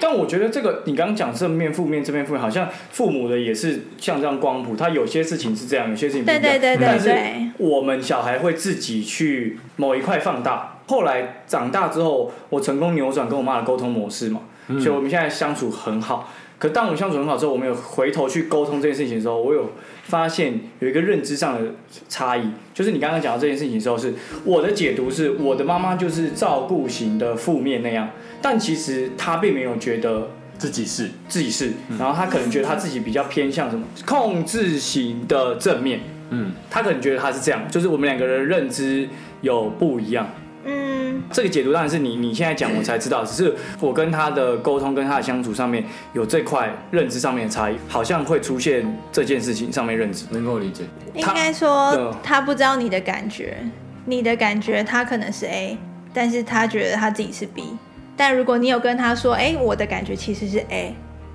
D: 但我觉得这个你刚刚讲正面、负面、正面、负面，好像父母的也是像这样光谱，他有些事情是这样，有些事情不一
A: 对对
D: 样。
A: 对对
D: 但是
A: 对，
D: 我们小孩会自己去某一块放大。后来长大之后，我成功扭转跟我妈的沟通模式嘛，所以我们现在相处很好。可当我们相处很好之后，我们有回头去沟通这件事情的时候，我有发现有一个认知上的差异，就是你刚刚讲到这件事情的时候是，我的解读是我的妈妈就是照顾型的负面那样，但其实她并没有觉得
C: 自己是
D: 自己是，然后他可能觉得他自己比较偏向什么控制型的正面，
C: 嗯，
D: 他可能觉得他是这样，就是我们两个人的认知有不一样。
A: 嗯，
D: 这个解读当然是你你现在讲我才知道，只是我跟他的沟通跟他的相处上面有这块认知上面的差异，好像会出现这件事情上面认知。
C: 能够理解。
A: 应
D: 他
A: 该说
D: 对
A: 他不知道你的感觉，你的感觉他可能是 A，但是他觉得他自己是 B。但如果你有跟他说，哎、我的感觉其实是 A，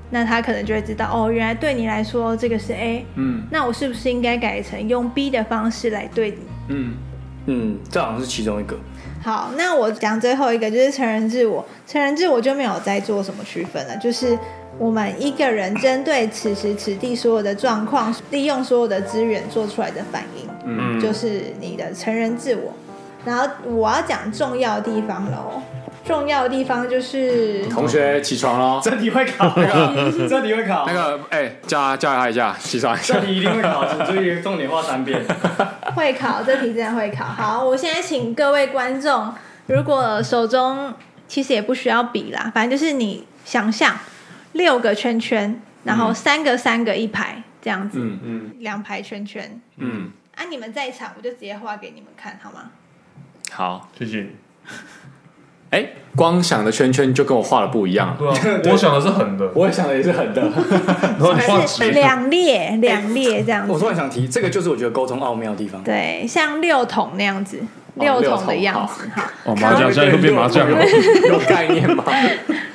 A: 那他可能就会知道，哦，原来对你来说这个是 A，
C: 嗯
A: 那我是不是应该改成用 B 的方式来对你？
C: 嗯，
D: 嗯，这好像是其中一个。
A: 好，那我讲最后一个就是成人自我，成人自我就没有再做什么区分了，就是我们一个人针对此时此地所有的状况，利用所有的资源做出来的反应，
B: 嗯，
A: 就是你的成人自我。然后我要讲重要的地方喽，重要的地方就是
C: 同学起床喽！
D: 这题会考，啊 这题会考
C: 嗯那，个哎，叫他叫他一下，起床一下
D: 这。题一定会考， 请注意重点画三遍。
A: 会考，这题真的会考。好，我现在请各位观众，如果手中其实也不需要比啦，反正就是你想象六个圈圈，然后三个三个一排这样子，
C: 嗯
B: 嗯，
A: 两排圈圈。
C: 嗯，
A: 啊，你们在场，我就直接画给你们看好吗？
C: 好。
B: 谢谢你。
C: 哎，光想的圈圈就跟我画的不一样。
B: 对啊，我想的是狠的，
C: 我也想的也是狠的。
B: 然后你画
A: 是
B: 直，
A: 两列两列这样
D: 我
A: 子，
D: 突然想提，这个就是我觉得沟通奥妙的地方。
A: 对，像六筒那样子，六筒的样子，好。
B: 哦，麻将现在又变麻将了。
C: 有有概念 吗？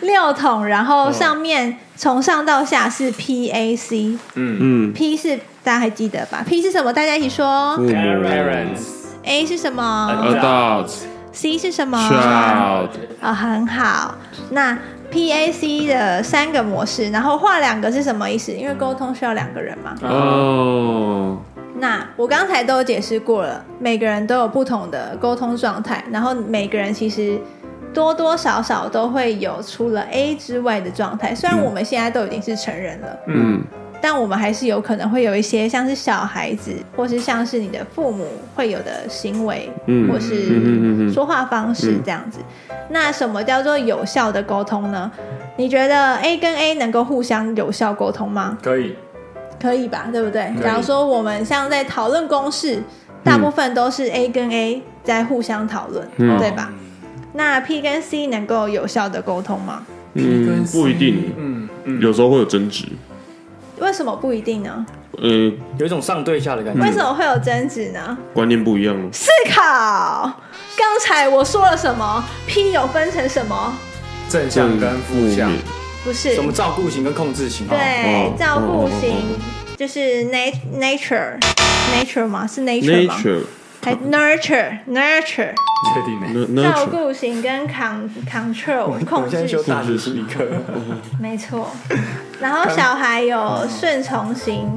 A: 六筒，然后上面从上到下是 P A C，
C: 嗯，
F: 嗯，
A: P 是大家还记得吧？P 是什么？大家一起说。
C: 嗯
F: 父母
D: Parents，
A: A 是什么
F: adults
A: ？C 哎是什么？啊、
F: child
A: 很好。那 P A C 的三个模式，然后画两个是什么意思？因为沟通需要两个人嘛。
F: 哦，
A: 那我刚才都有解释过了，每个人都有不同的沟通状态，然后每个人其实多多少少都会有除了 A 之外的状态。虽然我们现在都已经是成人了，
F: 嗯
A: 但我们还是有可能会有一些像是小孩子，或是像是你的父母会有的行为，
F: 嗯
A: 或
F: 嗯嗯嗯
A: 是
F: 嗯
A: 说话方式
F: 嗯
A: 这样子。那什么叫做有效的沟通呢？你觉得 A 跟 A 能够互相有效沟通吗？
C: 可以。
A: 可以吧，对不对
C: 可？以
A: 假如说我们像在讨论公式，大部分都是 A 跟 A 在互相讨论，
F: 嗯
A: 对吧？那 P 跟 C 能够有效的沟通吗？
F: 嗯，不一定，
C: 嗯，
F: 有时候会有争执，
A: 为什么不一定呢？
F: 呃，
D: 有一种上对下的感觉。
A: 为什么会有争执呢？
F: 观念不一样，
A: 思考，刚才我说了什么？P 有分成什么？
C: 正向跟负向。
A: 不是
D: 什，么照顾型跟控制型？
A: 对，
F: 哦
A: 照顾型、
F: 哦哦
A: 就是 nat nature nature 吗？是 nature 吗
F: nature
A: 还 nurture nurture
C: 确定呢？
F: n-
A: 照
F: nature
A: 顾型跟 con control 控制型，
D: 大学心理课，
A: 没错。然后小孩有顺从型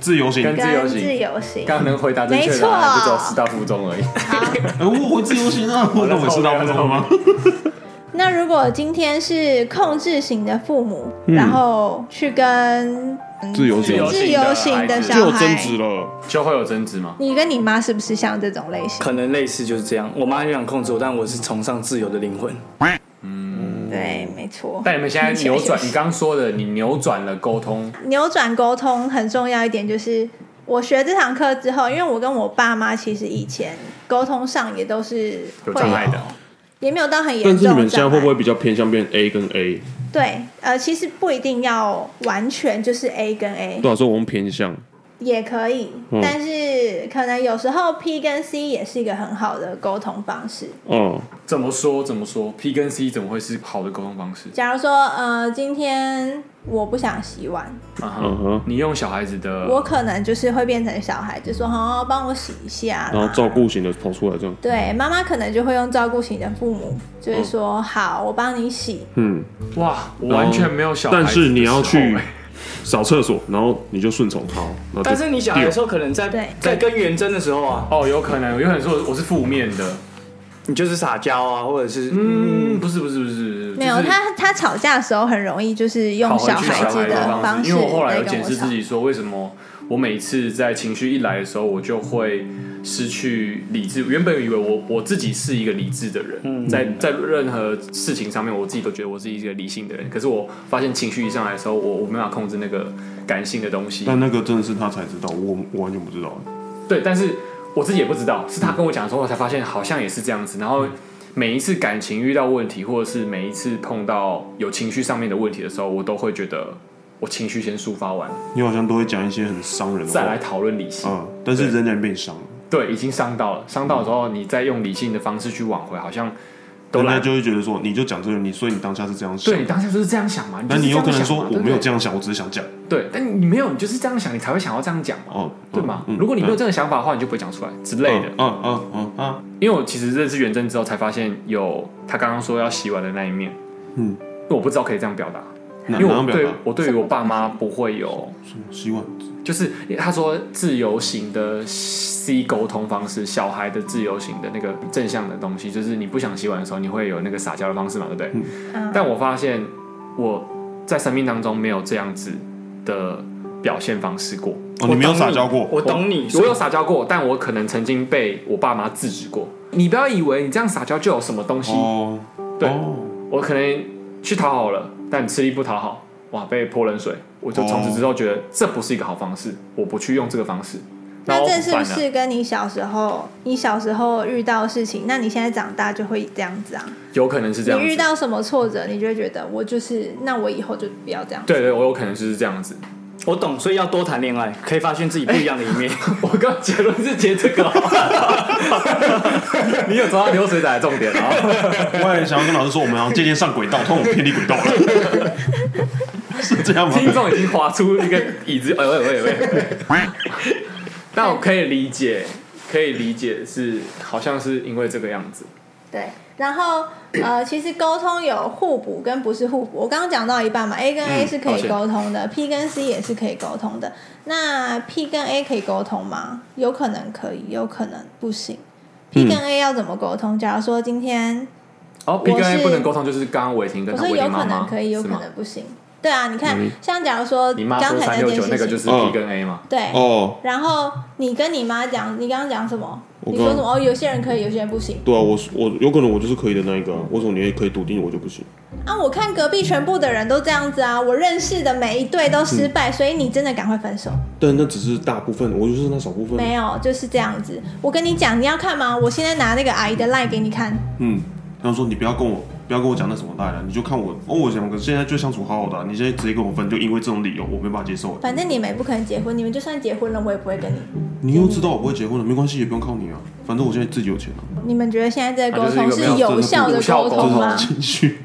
B: 自由行，
C: 跟自
A: 跟
C: 由
A: 自
C: 型。
A: 由型。
C: 刚能回答正确的答
A: 没
C: 案
A: 错
C: 就只有师大附中而已。
B: 哎，我我自由行啊，我那我是大不中吗？
A: 那如果今天是控制型的父母，
F: 嗯
A: 然后去跟
F: 自由行
A: 自由型的小
F: 就有争
A: 孩
F: 执，了，
C: 就会有争执吗？
A: 你跟你妈是不是像这种类型？
D: 可能类似就是这样。我妈就想控制我，但我是崇尚自由的灵魂。
A: 对，没错。
C: 但你们现在扭转，
A: 听
C: 你
A: 起来
C: 刚说的，你扭转了沟通，
A: 就是扭转沟通很重要一点，就是我学这堂课之后，因为我跟我爸妈其实以前沟通上也都是会
C: 有障碍的，
A: 也没有到很严重
F: 但
A: 的
F: 是
A: 障
F: 你
A: 碍。
F: 们现在会不会比较偏向变 A 跟 A？
A: 对？呃，其实不一定要完全就是 A 跟 A，
F: 多少说我们偏向，
A: 也可以，
B: 嗯
A: 但是可能有时候 P 跟 C 也是一个很好的沟通方式。
B: 哦，
C: 怎么说怎么说？P 跟 C 怎么会是好的沟通方式？
A: 假如说，呃，今天我不想洗碗，
C: 啊哈
B: 嗯哼，
C: 你用小孩子的
A: 我可能就是会变成小孩，就说哦，帮我洗一下啦。
B: 然
C: 哦
B: 后照顾型的跑出来这样，
A: 对，妈妈可能就会用照顾型的父母，就是说、好，我帮你洗。
B: 嗯，
C: 哇，我完全没有小孩子
B: 但
C: 的时候欸，
B: 是你要去扫厕所，然后你就顺从他，然后就
D: 但是你小孩的时候，可能在
A: 对
D: 在跟元真的时候啊，
C: 哦，有可能，有可能说我是负面的，
D: 你就是撒娇啊，或者是
C: 嗯，不是不是不是，就是
A: 没有，他他吵架的时候很容易就是用
C: 讨回
A: 小
C: 去小
A: 孩子
C: 孩的
A: 的
C: 方
A: 式
C: 因为我后来有
A: 来跟
C: 检
A: 我
C: 视自
A: 吵。
C: 己，说为什么我每次在情绪一来的时候，我就会失去理智。原本以为我我自己是一个理智的人，在在任何事情上面，我自己都觉得我是一个理性的人。可是我发现情绪一上来的时候，我我没办法控制那个感性的东西。
B: 但那个真的是他才知道，我我完全不知道。
C: 对，但是我自己也不知道，是他跟我讲的时候，我才发现好像也是这样子。然后每一次感情遇到问题，或者是每一次碰到有情绪上面的问题的时候，我都会觉得我情绪先抒发完，
B: 你好像都会讲一些很伤人的
C: 再来
B: 话，
C: 讨论理性。
B: 嗯，但是仍然被伤了，
C: 对，已经伤到了，伤到的时候，你再用理性的方式去挽回，好像都
B: 人家
C: 来。
B: 就会觉得说，你就讲这个，你所以你当下是这样想
C: 对，你，当下就是这样想嘛？
B: 但
C: 就是
B: 你有可
C: 这
B: 能
C: 样想
B: 说
C: 嘛
B: 我没有这
C: 对
B: 样想，我只是想讲，
C: 不对，对但你没有，你就是这样想，你才会想要这样讲嘛，
B: 哦，
C: 对吗？如果你没有这样的想法的话，你就不会讲出来之类的。
B: 嗯嗯嗯嗯，
C: 因为我其实认识元真之后，才发现有他刚刚说要洗碗的那一面。
B: 嗯，
C: 因为我不知道可以这样表达，
B: 哪
C: 因为
B: 哪
C: 我
B: 样表
C: 对
B: 达？
C: 我对于我爸妈不会有，
B: 希望
C: 就是他说自由型的 C 沟通方式，小孩的自由型的那个正向的东西，就是你不想洗碗的时候，你会有那个撒娇的方式嘛，对不对？
A: 嗯，
C: 但我发现我在生命当中没有这样子的表现方式过，
B: 哦，你没有撒娇过，
D: 我懂你，
C: 我
D: 所以
C: 有撒娇过，但我可能曾经被我爸妈制止过。你不要以为你这样撒娇就有什么东西，
B: 哦，
C: 对
B: 哦
C: 我可能去讨好了，但吃力不讨好，哇，被泼冷水，我就从此之后觉得这不是一个好方式，我不去用这个方式。然
A: 那
C: 后
A: 这是不
C: 反而
A: 是跟你小时候，你小时候遇到的事情，那你现在长大就会这样子啊？
C: 有可能是这
A: 你
C: 样
A: 遇
C: 子？
A: 到什么挫折，你就会觉得我就是，那我以后就不要这样。
C: 对对，我有可能就是这样子。
D: 我懂，所以要多谈恋爱，可以发现自己不一样的一面。
C: 我刚结论是结这个、你有抓到流水仔的重点 啊？
B: 我也想要跟老师说，我们好像渐渐上轨道，但我偏离轨道了， 是这样吗？
C: 听众已经划出一个椅子，哎喂喂喂！ 但我可以理解，可以理解是好像是因为这个样子。
A: 对，然后呃，其实沟通有互补跟不是互补。我刚刚讲到一半嘛，A 跟 A 是可
C: 嗯抱
A: 以
C: 歉
A: 沟通的、p 跟 C 也是可以沟通的。那 P 跟 A 可以沟通吗？有可能可以，有可能不行。P
C: 嗯
A: 跟 A 要怎么沟通？假如说今天
C: 哦，P 跟
A: 我
C: A
A: 是
C: 不能沟通，就是刚刚伟霆跟
A: 我
C: 他
A: 说
C: 伟
A: 有
C: 霆
A: 可
C: 妈
A: 能
C: 妈
A: 可以，有
C: 是
A: 可
C: 吗
A: 能不行。对啊，你看，像假如说
C: 你妈说
A: 刚才
C: 三
A: 那
C: 六
A: 件
C: 九
A: 事
C: 那个
A: 情，
C: 就是
B: 嗯
C: P 跟 A 嘛，
A: 对。
B: 哦，
A: 然后你跟你妈讲，你刚刚讲什么？
B: 我
A: 你说
B: 刚
A: 什么？哦，有些人可以，有些人不行。
B: 对啊，我我有可能我就是可以的那一个、啊，为什么你也可以笃定我就不行？
A: 啊，我看隔壁全部的人都这样子啊，我认识的每一对都失败，所以你真的赶快分手？
B: 但那只是大部分，我就是那少部分。
A: 没有，就是这样子。我跟你讲，你要看吗？我现在拿那个阿姨的 line 给你看。
B: 嗯，然后说你不要跟我不要跟我讲那什么大了，你就看我哦，我想跟现在就相处好好的啊、你现在直接跟我分，就因为这种理由，我没办法接受。
A: 反正你们也不可能结婚，你们就算结婚了，我也不会跟你。
B: 你又知道我不会结婚了，没关系，也不用靠你啊，反正我现在自己有钱啊，
A: 你们觉得现在这个沟
C: 啊
A: 通
C: 就是一
A: 是
C: 个没
B: 有
A: 有效的
C: 无效
A: 沟
C: 沟
B: 这
C: 懂
A: 通
B: 是我
A: 吗
B: 的？情绪。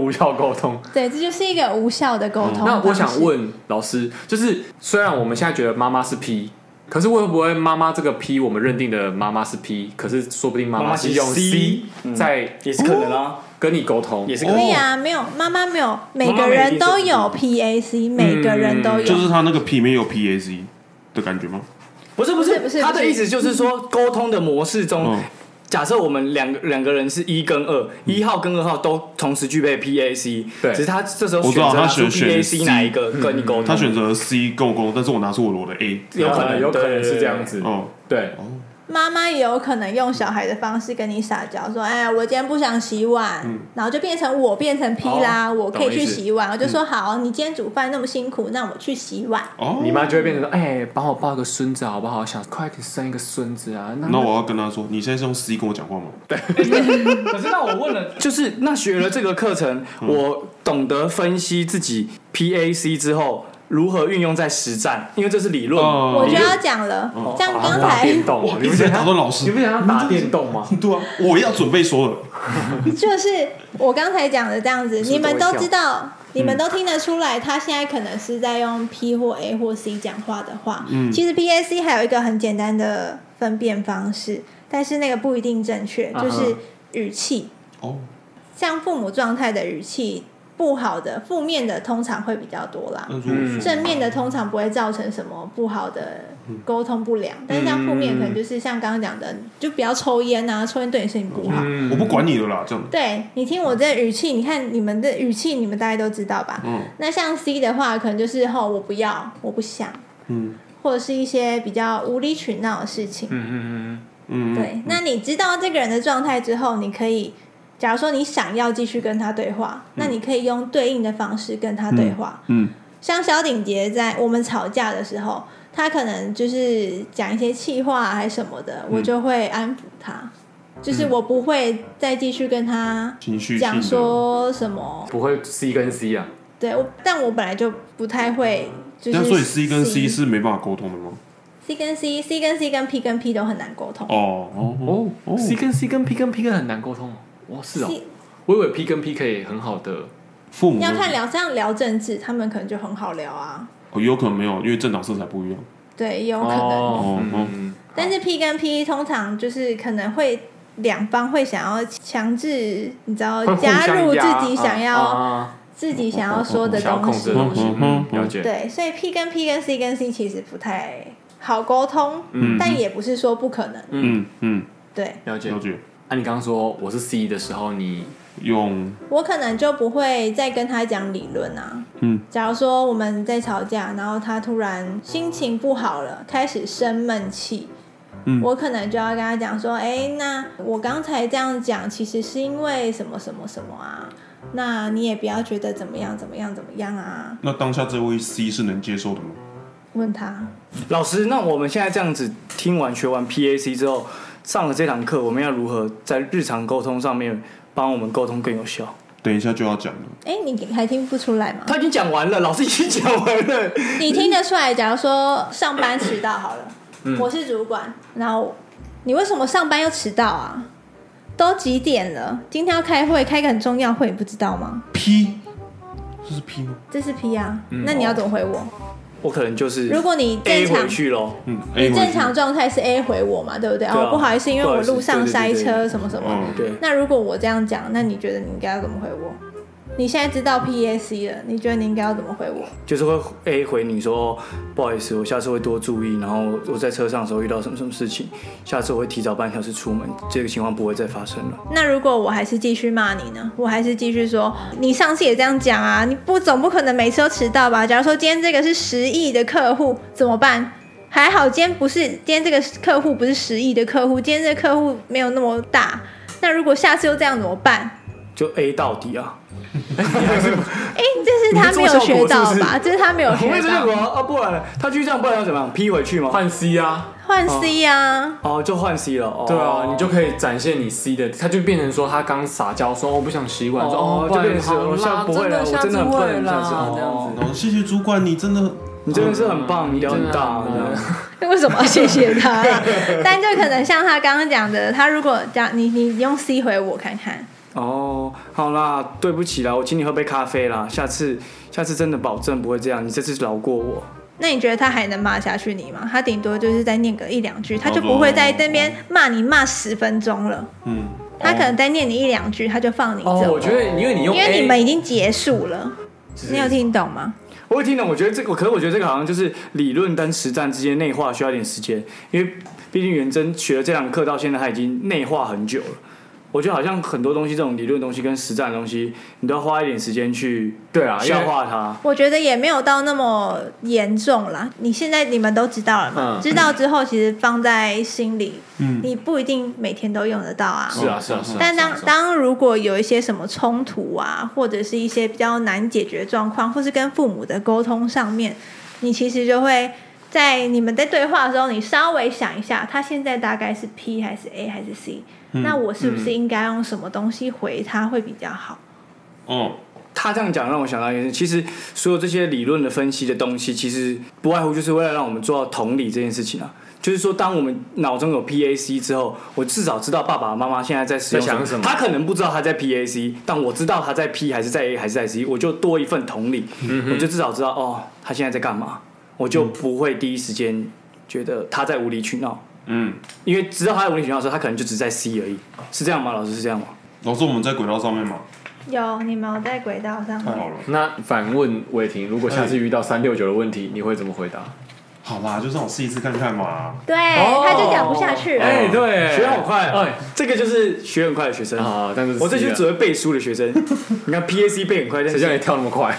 C: 无效沟通。
A: 对，这就是一个无效的沟通。
C: 嗯那我想，问老师，就是虽然我们现在觉得妈妈是 P，可是会不会妈妈这个 P，我们认定的妈妈是 P，可是说不定妈
D: 妈妈
C: 妈
D: 是
C: 是用
D: C，
C: C 在
D: 也是可能啊，
C: 跟你沟通
D: 也，是可
A: 可
D: 能
A: 以。啊，没有妈妈没有，每
D: 妈
A: 个
D: 妈没有
A: 人都
D: 意思
A: 有嗯 PAC，每个人都有。
B: 就是他那个 P 没有 PAC 的感觉吗？
D: 不是不
A: 不是不是
D: 是，他
A: 不
D: 的
A: 是
D: 意思就是说，沟通的模式中
B: 嗯，
D: 假设我们两个两个人是一跟二，一号跟二号都同时具备 PAC，
C: 对
D: 只是他这时候
B: 我
D: 选
B: 知道
D: 择拿
B: 他
D: 出
B: 选选
D: PAC
B: C 嗯
D: 哪一个跟你沟通，
B: 他选择 C 跟我沟通，但是我拿出我的 A。
D: 有可
C: 呃
D: 能
C: 有可
D: 对
C: 能
D: 对
C: 是
D: 对
C: 这样子。
B: 哦，
C: 对，
A: 妈妈也有可能用小孩的方式跟你撒娇，说：“哎，我今天不想洗碗。然后就变成我变成 P 啦，我可以去洗碗。嗯哦我就说：“好，你今天煮饭那么辛苦，那我去洗碗。
B: 哦，
C: 你妈就会变成说，哎，帮我抱个孙子好不好？想快点生一个孙子啊！那
B: 那我要跟他说，你现在是用 C 跟我讲话吗？
D: 可是那我问了，就是
B: 嗯
D: 那学了这个课程，我懂得分析自己 PAC 之后，如何运用在实战，因为这是理论嘛。
A: 我
F: 哦，
A: 就哦要讲了，像刚
C: 打
A: 才
C: 电动
F: 哇，
C: 啊，
F: 你们
C: 你们
F: 在
C: 想
F: 打断老
C: 你
F: 师？
C: 们想要打电动吗？
F: 对啊，我要准备说了，
A: 就是我刚才讲的这样子，你们都
D: 笑
A: 知
C: 嗯
A: 道，你们都听得出来，他现在可能是在用 P 或 A 或 C 讲话的话，
C: 嗯
A: 其实 P A C 还有一个很简单的分辨方式，但是那个不一定正确，
C: 啊哈
A: 就是语气，
F: 哦，
A: 像父母状态的语气。不好的、负面的通常会比较多啦，
C: 嗯
F: 那如果说
A: 正面的通常不会造成什么不好的
C: 嗯
A: 沟通不良，但是像负面可能就是像刚刚讲的，就不要抽烟啊，抽烟对你身体不好。
C: 嗯
F: 我不管你了啦，这样
A: 对你听我这语气，你看你们的语气，你们大家都知道吧？
F: 嗯
A: 那像 C 的话，可能就是吼、我不要，我不想，
F: 嗯
A: 或者是一些比较无理取闹的事情。
D: 嗯嗯
F: 嗯，
A: 对，那你知道这个人的状态之后，你可以，假如说你想要继续跟他对话，那你可以用对应的方式跟他对话。
F: 嗯
A: 像萧鼎杰在我们吵架的时候，他可能就是讲一些气话还是什么的，
F: 嗯
A: 我就会安抚他，就是我不会再继续跟他
F: 情绪性
A: 讲
F: 的
A: 说什么。
C: 不会 C 跟 C 啊，
A: 对，我但我本来就不太会，就是
F: 那所以 C 跟 C 是没办法沟通的吗？
A: C 跟 C、C 跟 C 跟 P 跟 P 都很难沟通。
F: 哦哦
C: 哦
F: 哦
C: ，C 跟 C 跟 P 跟 P 跟很难沟通哦，哦是哦
A: C，
F: 嗯
C: 我以为 P 跟 P 可以很好的，
F: 父母
A: 要看聊像聊政治，他们可能就很好聊啊，
F: 哦有可能没有，因为政党色彩不一样。
A: 对，也有可能。
C: 哦
F: 嗯
C: 嗯，
A: 但是 P 跟 P 通常就是可能会两方会想要强制，你知道
C: 会互相
A: 加入
C: 压
A: 自己想要、
C: 啊
A: 自己想要说的
C: 想要
A: 东
C: 控制
A: 西
C: 的。东西，嗯
F: 嗯
C: 了解，
A: 对，所以 P 跟 P 跟 C 跟 C 其实不太好沟通，
F: 嗯
A: 但也不是说不可能。
F: 嗯嗯，
A: 对
C: 了解
F: 了。解。
C: 啊，你刚刚说我是 C 的时候，你
F: 用
A: 我可能就不会再跟他讲理论啊。
F: 嗯，
A: 假如说我们在吵架，然后他突然心情不好了，开始生闷气。
F: 嗯
A: 我可能就要跟他讲说，哎，那我刚才这样讲，其实是因为什么什么什么啊？那你也不要觉得怎么样怎么样怎么样啊？
F: 那当下这位 C 是能接受的吗？
A: 问他，
D: 嗯。老师，那我们现在这样子听完学完 PAC 之后，上了这堂课，我们要如何在日常沟通上面帮我们沟通更有效？
F: 等一下就要讲了，
A: 哎，你还听不出来吗？
D: 他已经讲完了，老师已经讲完了。
A: 你听得出来？假如说上班迟到好了，
D: 嗯
A: 我是主管，然后你为什么上班又迟到啊？都几点了？今天要开会，开个很重要会，你不知道吗？
F: P，这是 P 吗？
A: 这是 P 啊，那你要怎么回我？
D: 我可能就是
A: 如果你
D: 嗯哦 A
A: 正常
D: 回，去喽，
F: 嗯，A
A: 你
F: 回去
A: 正常状态是 A 回我嘛，对不对？
D: 对啊
A: 哦，不好意思，因为我路上
D: 不好
A: 塞
D: 意思对对对
A: 车什么什么。
F: 嗯，
D: 对，
A: 那如果我这样讲，那你觉得你应该要怎么回我？你现在知道 PAC 了，你觉得你应该要怎么回我？
D: 就是会 A 回你说不好意思，我下次会多注意，然后我在车上的时候遇到什么什么事情，下次我会提早半小时出门，这个情况不会再发生了。
A: 那如果我还是继续骂你呢？我还是继续说，你上次也这样讲啊，你不总不可能每次都迟到吧？假如说今天这个是十亿的客户怎么办？还好今天不是，今天这个客户不是十亿的客户，今天这个客户没有那么大。那如果下次又这样怎么办？
D: 就 A 到底啊，
A: 哎，这是他没有学到
D: 你做效果
A: 吧？
D: 是
A: 这是他没有
D: 我
A: 学
D: 没这样
A: 到。
D: 啊，不然呢他继续这样，不然要怎么样？P 回去吗？
C: 换 C 啊，
A: 换 C 啊，
D: 哦，就换 C 了。哦、
C: 对啊，你就可以展现你 C 的，他就变成说他刚撒娇说我不想洗碗，说
D: 哦
C: 哦不好
D: 就
C: 意
D: 变
C: 思，
D: 成
C: 好
D: 我现在
C: 啦，
D: 不会了
C: 的下
D: 我真
C: 次
D: 的很笨
C: 会啦
D: 下次哦
C: 这样子。
F: 哦，谢谢主管，你真的
D: 你真的是很棒，你聊很大，
C: 嗯真的很棒
A: 为什么要谢谢 他、啊？但就可能像他刚刚讲的，他如果讲你，你用 C 回我看看。
D: 哦，好啦，对不起啦，我请你喝杯咖啡啦，下次下次真的保证不会这样，你这次饶过我。
A: 那你觉得他还能骂下去你吗？他顶多就是再念个一两句，他就不会在那边骂你骂十分钟了。
F: 嗯，
A: 他可能再念你一两句，他就放你走。
C: 哦哦，我觉得因为你用
A: 因
C: A，
A: 为你们已经结束了，
C: 是
A: 你有听懂吗？
D: 我会听懂，我觉得这个，可是我觉得这个好像就是理论跟实战之间内化需要一点时间，因为毕竟元真学了这堂课到现在，他已经内化很久了。我觉得好像很多东西，这种理论东西跟实战的东西，你都要花一点时间去
C: 对啊，因
D: 消
C: 为
D: 化它。
A: 我觉得也没有到那么严重啦。你现在你们都知道了嘛？
C: 嗯
A: 知道之后，其实放在心里，
F: 嗯
A: 你不一定每天都用得到啊。
C: 是啊是啊是啊，
A: 但
C: 是啊
A: 当
C: 是啊
A: 当如果有一些什么冲突啊，或者是一些比较难解决状况，或是跟父母的沟通上面，你其实就会在你们在对话的时候，你稍微想一下，他现在大概是 P 还是 A 还是
C: 嗯
A: C，、那我是不是应该用什么东西回他会比较好？
F: 哦，
D: 他这样讲让我想到一件事，其实所有这些理论的分析的东西，其实不外乎就是为了让我们做到同理这件事情啊。就是说，当我们脑中有 PAC 之后，我至少知道爸爸妈妈现在在使用
C: 在想什么
D: 他可能不知道他在 PAC，但我知道他在 P 还是在 A 还是在 C，我就多一份同理，
C: 嗯
D: 我就至少知道哦，他现在在干嘛，我就不会第一时间觉得他在无理取闹。
F: 嗯，
D: 因为知道他在无理取闹的时候，他可能就只在 C 而已，是这样吗？老师是这样吗？
F: 老师我们在轨道上面嘛，
A: 有你们有在轨道上
F: 太好
C: 哦
A: 吗？
F: 了。
C: 那反问伟霆，如果下次遇到三六九的问题，你会怎么回答？
F: 好啦，就让我试一次看看嘛。
A: 对，他就讲不下去了。
C: 哦哎，对，
D: 学好快，
C: 哎
D: 哎，这个就是学很快的学生
C: 啊但是
D: 我这
C: 是
D: 就
C: 啊
D: 只会背书的 学生。你看 PAC 背很快，但
C: 谁叫
D: 是
C: 你跳那么快？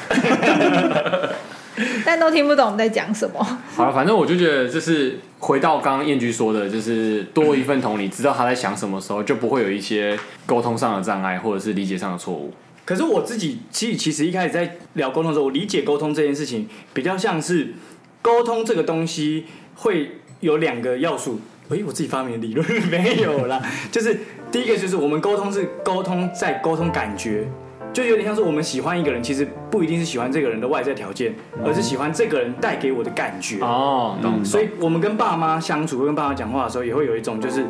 A: 但都听不懂我们在讲什么。
C: 好了，反正我就觉得，就是回到刚刚燕居说的，就是多一份同理，知道他在想什么时候，就不会有一些沟通上的障碍，或者是理解上的错误。
D: 可是我自己其实其实一开始在聊沟通的时候，我理解沟通这件事情比较像是沟通这个东西会有两个要素。诶，我自己发明的理论 没有啦，就是第一个就是我们沟通是沟通在沟通感觉，就有点像是我们喜欢一个人，其实不一定是喜欢这个人的外在条件，而是喜欢这个人带给我的感觉。
C: 哦，懂。
D: 所以我们跟爸妈相处，跟爸妈讲话的时候，也会有一种就是，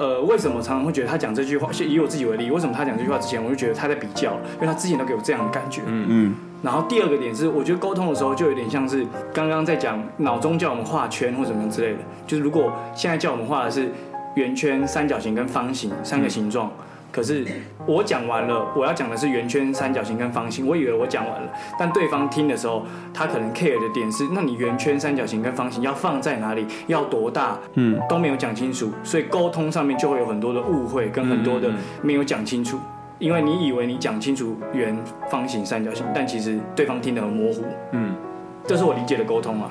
D: 呃，为什么常常会觉得他讲这句话，以我自己为例，为什么他讲这句话之前，我就觉得他在比较，因为他之前都给我这样的感觉。
F: 嗯，
D: 然后第二个点是，我觉得沟通的时候就有点像是刚刚在讲脑中叫我们画圈或什么之类的，就是如果现在叫我们画的是圆圈、三角形跟方形三
C: 嗯
D: 个形状。可是我讲完了，我要讲的是圆圈、三角形跟方形。我以为我讲完了，但对方听的时候，他可能 care 的点是，那你圆圈、三角形跟方形要放在哪里，要多大，
F: 嗯，
D: 都没有讲清楚，所以沟通上面就会有很多的误会跟很多的
C: 嗯嗯
D: 没有讲清楚。因为你以为你讲清楚圆、方形、三角形，但其实对方听得很模糊。
C: 嗯，
D: 这是我理解的沟通啊。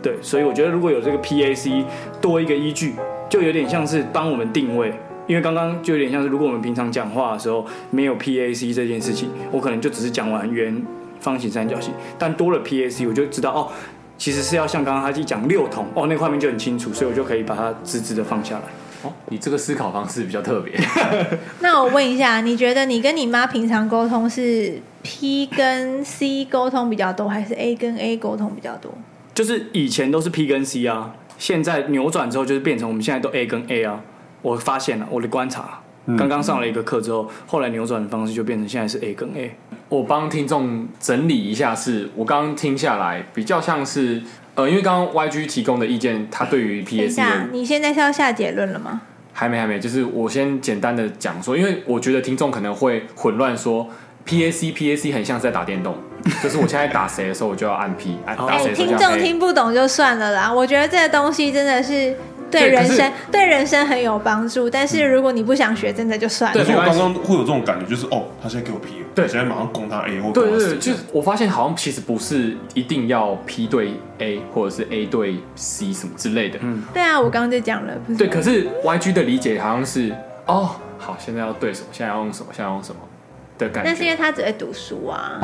D: 对，所以我觉得如果有这个 PAC 多一个依据，就有点像是帮我们定位。因为刚刚就有点像是，如果我们平常讲话的时候没有 PAC 这件事情，我可能就只是讲完圆、方形、三角形，但多了 PAC，我就知道哦，其实是要像刚刚他去讲六筒哦，那个画面就很清楚，所以我就可以把它直直的放下来。
C: 哦，你这个思考方式比较特别。
A: 那我问一下，你觉得你跟你妈平常沟通是 P 跟 C 沟通比较多，还是 A 跟 A 沟通比较多？
D: 就是以前都是 P 跟 C 啊，现在扭转之后就是变成我们现在都 A 跟 A 啊。我发现了我的观察，刚刚上了一个课之后，后来扭转的方式就变成现在是 A 跟 A。
C: 我帮听众整理一下是，我刚刚听下来比较像是，呃，因为刚刚 YG 提供的意见，他对于
A: 等一
C: PSC
A: 下
C: 的，
A: 你现在是要下结论了吗？
C: 还没还没，就是我先简单的讲说，因为我觉得听众可能会混乱说。PAC PAC 很像是在打电动，就是我现在打谁的时候，我就要按 P，按打
A: 哎、
C: 啊谁的时候
A: 听
C: 就要
A: 众
C: A
A: 听不懂就算了啦。我觉得这个东西真的是对
C: 对
A: 人
C: 可是
A: 生对人生很有帮助，但是如果你不想学，真的就算
C: 对
F: 可
A: 了
F: 是。我
C: 没关
F: 刚
C: 系
F: 刚会有这种感觉，就是哦，他现在给我 P 了，
C: 对
F: 我现在马上攻他 A 或
C: 对
F: 攻他
C: 对
F: C
C: 对，就是我发现好像其实不是一定要 P 对 A 或者是 A 对 C 什么之类的。嗯，
A: 对啊，我刚刚就讲了，不是
C: 对。可是 YG 的理解好像是哦，好，现在要对什么，现在要用什么，现在要用什么的感
A: 那是因
C: 觉。
A: 为他只会读书啊，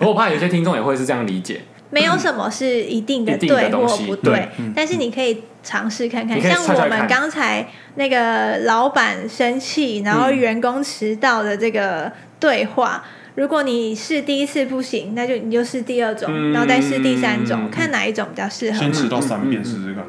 C: 我怕有些听众也会是这样理解。
A: 没有什么是一定的
C: 一定的
A: 对嗯或
C: 东西
A: 不
C: 对
A: 但是你可以尝试看看。
C: 你可以
A: 像
C: 跳跳
A: 我
C: 看
A: 们刚才那个老板生气，然后员工迟到的这个对话，如果你试第一次不行，那就你就试第二种，
C: 嗯
A: 然后再试第三
C: 嗯
A: 种，看哪一种比较适合
F: 先。迟到三遍试试看。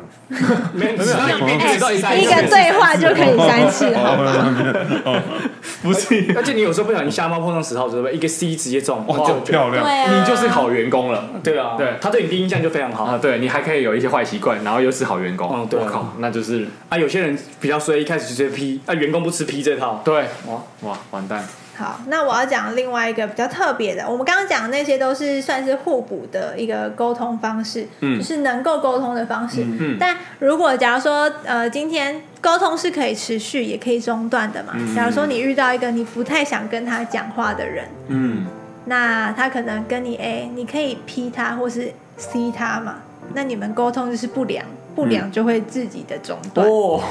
D: 没有没有
A: 哎，一
D: 一
A: 个对话就嗯可以 三次，
C: 哦
A: 好吗？
C: 不是，
D: 而且你有时候不小心瞎猫碰上死耗子，对不对？一个 C 直接中，
F: 哇，这么漂
A: 对
F: 亮！
A: 啊，
C: 你就是好员工了
D: 对啊，
C: 对
D: 他对你第一印象就非常好
C: 啊！对你还可以有一些坏习惯，然后又是好员工。
D: 嗯对啊
C: 我靠，那就是
D: 啊。有些人比较衰，一开始就直接 P，啊，员工不吃 P 这套，
C: 对哇哇完蛋。
A: 好，那我要讲另外一个比较特别的。我们刚刚讲的那些都是算是互补的一个沟通方式，
C: 嗯
A: 就是能够沟通的方式。但如果假如说呃，今天沟通是可以持续也可以中断的嘛？
C: 嗯
A: 假如说你遇到一个你不太想跟他讲话的人，
C: 嗯，
A: 那他可能跟你 A，你可以 P 他或是 C 他嘛？那你们沟通就是不良，不良就会自己的中断。
C: 嗯哦，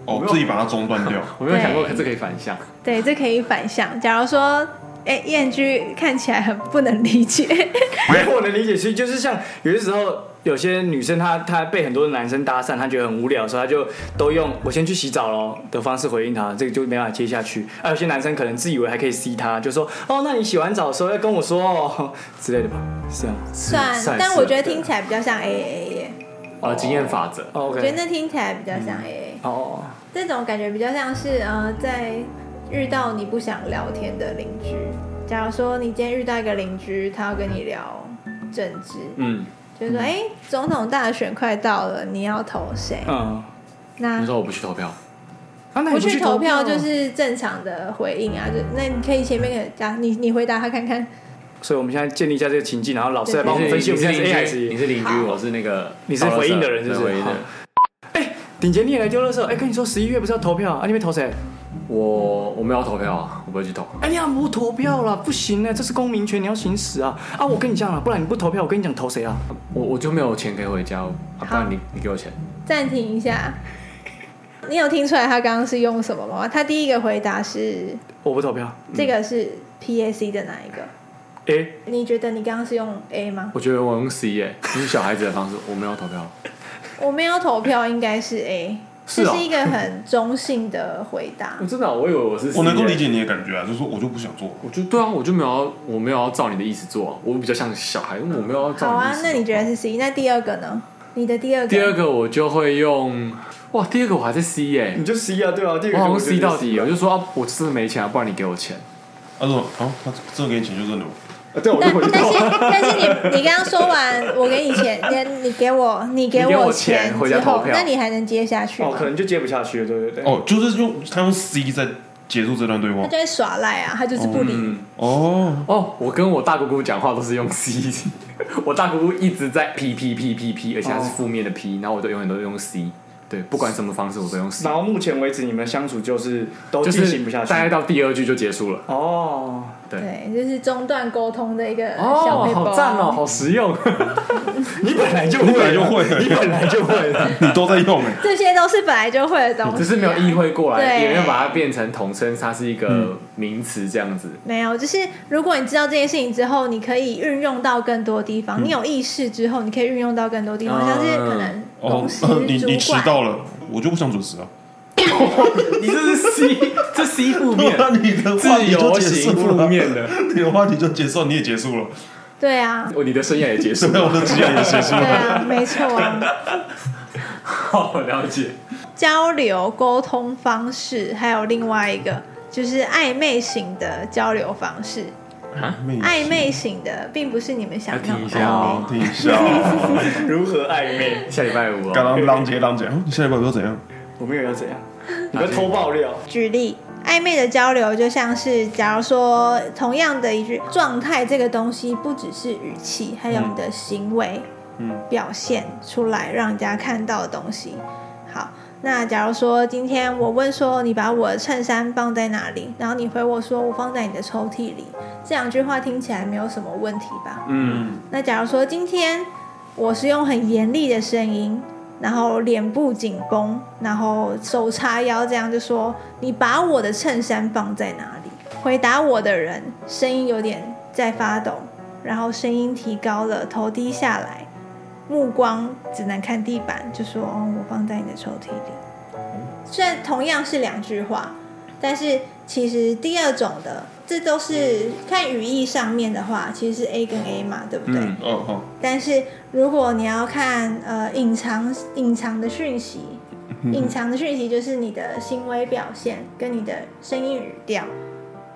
F: 哦，自己把它中断掉。
C: 我没有想过这可以反向。
A: 对，这可以反向。假如说哎，燕居看起来很不能理解，
D: 因为我能理解，所以就是像有些时候，有些女生她她被很多男生搭讪，她觉得很无聊的时候，她就都用“我先去洗澡喽”的方式回应他，这个就没办法接下去。啊而有些男生可能自以为还可以 C 她，就说：“哦，那你洗完澡的时候要跟我说哦 之类的吧。”是啊，
A: 算
C: 是，
A: 但我觉得听
C: 是
A: 起来比较像 A A 耶，
C: 呃经验法则，
D: 哦
A: 我觉得
D: ，OK，
A: 那听起来比较像 A A，
D: 哦哦，
A: 这种感觉比较像是呃，在遇到你不想聊天的邻居。假如说你今天遇到一个邻居，他要跟你聊政治，
C: 嗯，
A: 就是说，哎、总统大选快到了，你要投谁？
D: 嗯，
A: 那
C: 你说我不去投票，
D: 啊，那你
A: 不
D: 不
A: 去
D: 去
A: 投
D: 票
A: 票就是正常的回应啊，就那你可以前面给讲，你你回答他看看。
D: 所以我们现在建立一下这个情境，然后老师来帮我
C: 你
D: 们
C: 是
D: 分析我
C: 你
D: 们
C: 是
D: 现在是 A 还
C: 邻
D: 是
C: 居，你是
D: E。
C: 邻居，我是那个
D: 你是回应的人是不是
C: 对回应的人
D: 好顶杰，你也来丢垃圾？哎、跟你说，十一月不是要投票啊？你们投谁？
C: 我我没有投票啊，我不会去投。
D: 哎呀，不投票啦，不行啊呢，这是公民权，你要行使啊！啊，我跟你讲了，不然你不投票，我跟你讲投谁啊？
C: 我我就没有钱可以回家，啊、不然你你给我钱。
A: 暂停一下，你有听出来他刚刚是用什么吗？他第一个回答是
D: 我不投票。
C: 嗯
A: 这个是 P A C 的哪一个？
D: 哎、
A: 你觉得你刚刚是用 A 吗？
C: 我觉得我用 C 耶、你是小孩子的方式，我没有投票。
A: 我没有投票，应该是 A。
C: 是哦
A: 这是一个很中性的回答
C: 我。真的啊、我以为我是 C 耶、
F: 我能够理解你的感觉啊，就是说我就不想做。
C: 我就对啊，我就没有要，我没有要照你的意思做啊、我比较像小孩，我没有要照
A: 好
C: 你的意
A: 啊
C: 思，做
A: 那你觉得是 C？那第二个呢？你的第二个？
C: 第二个我就会用，哇，第二个我还在 C 耶、
D: 就 C 啊，对啊，第
C: 我好像 C 到底，我
D: 啊，
C: 就说、啊、我真的没钱、啊，不然你给我钱。
F: 他说：“好，他这个给你钱就认了。
D: 啊
C: 对，我就回
A: 但是但是你你刚刚说完，我给你 钱，你你给我你给
C: 你给我钱
A: 钱
C: 回
A: 之
C: 家投
A: 后，
C: 票
A: 那你还能接下去吗
D: 哦，？可能就接不下去了，对对对。
F: 哦，就是用他用 C 在结束这段对
A: 他
F: 话。
A: 就会耍赖啊，他就是不理。
C: 嗯，
F: 哦，
C: 哦，我跟我大姑姑讲话都是用 C，我 大姑姑一直在 P P P P P，而且
D: 哦
C: 还是负面的 P，、然后我都永远都用 C，对，不管什么方式我都用 C，
D: 然后目前为止，你们相处就是都
C: 就
D: 进行
C: 是
D: 不下去。
C: 大概到第二句就结束了。
D: 哦，
A: 对，就是中断沟通的一个小
C: 嗯哦，
A: 配包。
C: 好赞哦，好实用。
D: 你本来就
F: 你
D: 会，
F: 本来就 会，
D: 你本来就会了。
F: 你都在用哎。
A: 这些都是本来就会的东西、啊，
C: 只是没有意会过来，
A: 对
C: 也没有把它变成统称，它是一个名词这样子。
A: 没有，就是如果你知道这件事情之后，你可以运用到更多地
F: 嗯
A: 方。你有意识之后，你可以运用到更多地方，
C: 嗯
A: 像是可能
F: 啊哦
A: 公司、
F: 呃 你你
A: 主
F: 迟
A: 管。
F: 到了，我就不想准时啊。
C: 你这是 C，这 C 负面，
F: 你的话
C: 自
F: 题就
C: 由
F: 结
C: 型
F: 束
C: 负
F: 了，
C: 面的。
F: 你的话题就结束，你也结 束了，
A: 对 啊，
C: 哦，你的生涯也结束
F: 对，
C: 了，
F: 啊我的职业也结束
A: 对
F: 了。
A: 啊，没错啊。
C: 好了解。
A: 交流沟通方式，还有另外一个就是暧昧型的交流方 式。暧昧型的并不是你们想象
C: 要听一
A: 的
C: 下
A: 暧
C: 哦
A: 昧，
F: 听一下 哦，
D: 如何暧昧？
C: 下礼拜五
F: 刚
C: 哦，
F: 刚浪姐浪姐，嗯你下礼拜又怎样？
D: 我没有要怎样，你不要偷爆料。
A: 举例，暧昧的交流就像是，假如说同样的一句状态，这个东西不只是语气，还有你的行为，
F: 嗯，
A: 表现出来让人家看到的东西。好，那假如说今天我问说你把我的衬衫放在哪里，然后你回我说我放在你的抽屉里，这两句话听起来没有什么问题吧？
C: 嗯，
A: 那假如说今天我是用很严厉的声音，然后脸部紧绷，然后手叉腰，这样就说：“你把我的衬衫放在哪里？”回答我的人声音有点在发抖，然后声音提高了，头低下来，目光只能看地板，就说：“哦，我放在你的抽屉里。”虽然同样是两句话，但是其实第二种的，这都是看语义上面的话，其实是 A 跟 A 嘛，对不对？
C: 嗯
F: 哦好，
A: 但是如果你要看呃隐藏隐藏的讯息，
C: 嗯
A: 隐藏的讯息就是你的行为表现跟你的声音语调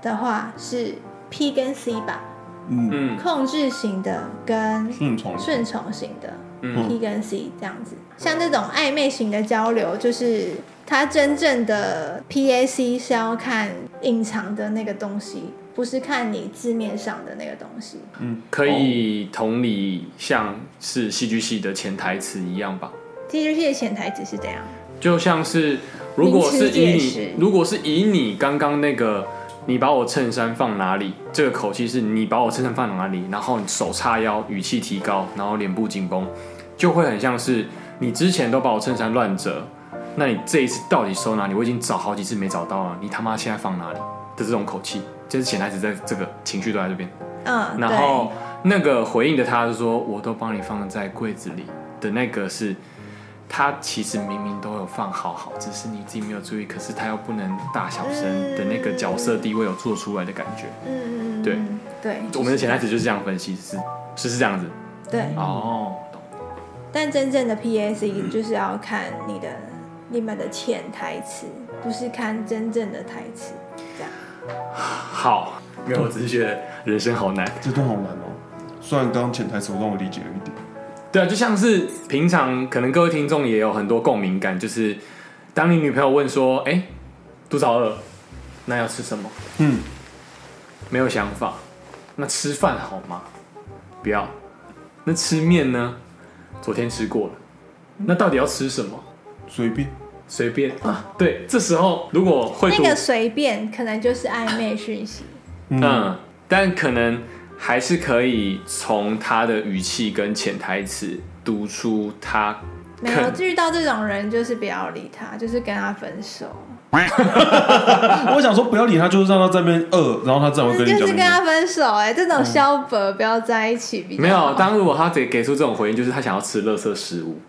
A: 的话是 P 跟 C 吧，
F: 嗯，
C: 嗯，
A: 控制型的跟
F: 顺从，
A: 顺从型的，
C: 嗯
A: p 跟 C 这样子。像这种暧昧型的交流，就是它真正的 PAC 是要看隐藏的那个东西，不是看你字面上的那个东西。
C: 可以同理，像是戏剧系的潜台词一样吧。
A: 这就是潜台词是这样。
C: 就像是，如果是以
A: 名词解释
C: 你，如果是以你刚刚那个，你把我衬衫放哪里？这个口气是你把我衬衫放哪里，然后你手叉腰，语气提高，然后脸部紧绷，就会很像是你之前都把我衬衫乱折，那你这一次到底收哪里？我已经找好几次没找到了，你他妈现在放哪里的这种口气，就是潜台词在这个情绪都在这边。
A: 嗯，
C: 然后那个回应的他就说：“我都帮你放在柜子里的那个是，他其实明明都有放好好，只是你自己没有注意，可是他又不能大小声的那个角色地位有做出来的感觉。
A: 对，嗯，
C: 对
A: 对
C: 我们的潜台词就是这样分析，是就是这样子。
A: 对，
C: 哦，
A: 但真正的
C: 嗯
A: PSE 就是要看你的里面的潜台词，不是看真正的台词，这样。
C: 好，没有，我只是觉得人生好难。
F: 这段好难哦。虽然刚刚潜台词我让我理解了一点，
C: 对啊，就像是平常可能各位听众也有很多共鸣感，就是当你女朋友问说：“哎，肚子好饿，那要吃什么？”
F: 嗯，
C: 没有想法。那吃饭好吗？不要。那吃面呢？昨天吃过了。那到底要吃什么？
F: 随便。
C: 随便啊。对，这时候如果会读
A: 那个随便可能就是暧昧讯息，
C: 嗯，但可能还是可以从他的语气跟潜台词读出他
A: 没有
C: 肯
A: 遇到这种人就是不要理他，就是跟他分手，
F: 我想说不要理他，就是让他在那边饿，然后他自然会
A: 就
F: 跟你讲
A: 是跟
F: 理由。
A: 他分手哎、这种消伯不要在一起比较
C: 嗯没
A: 好
C: 有。当如果他给给出这种回应，就是他想要吃垃圾食物。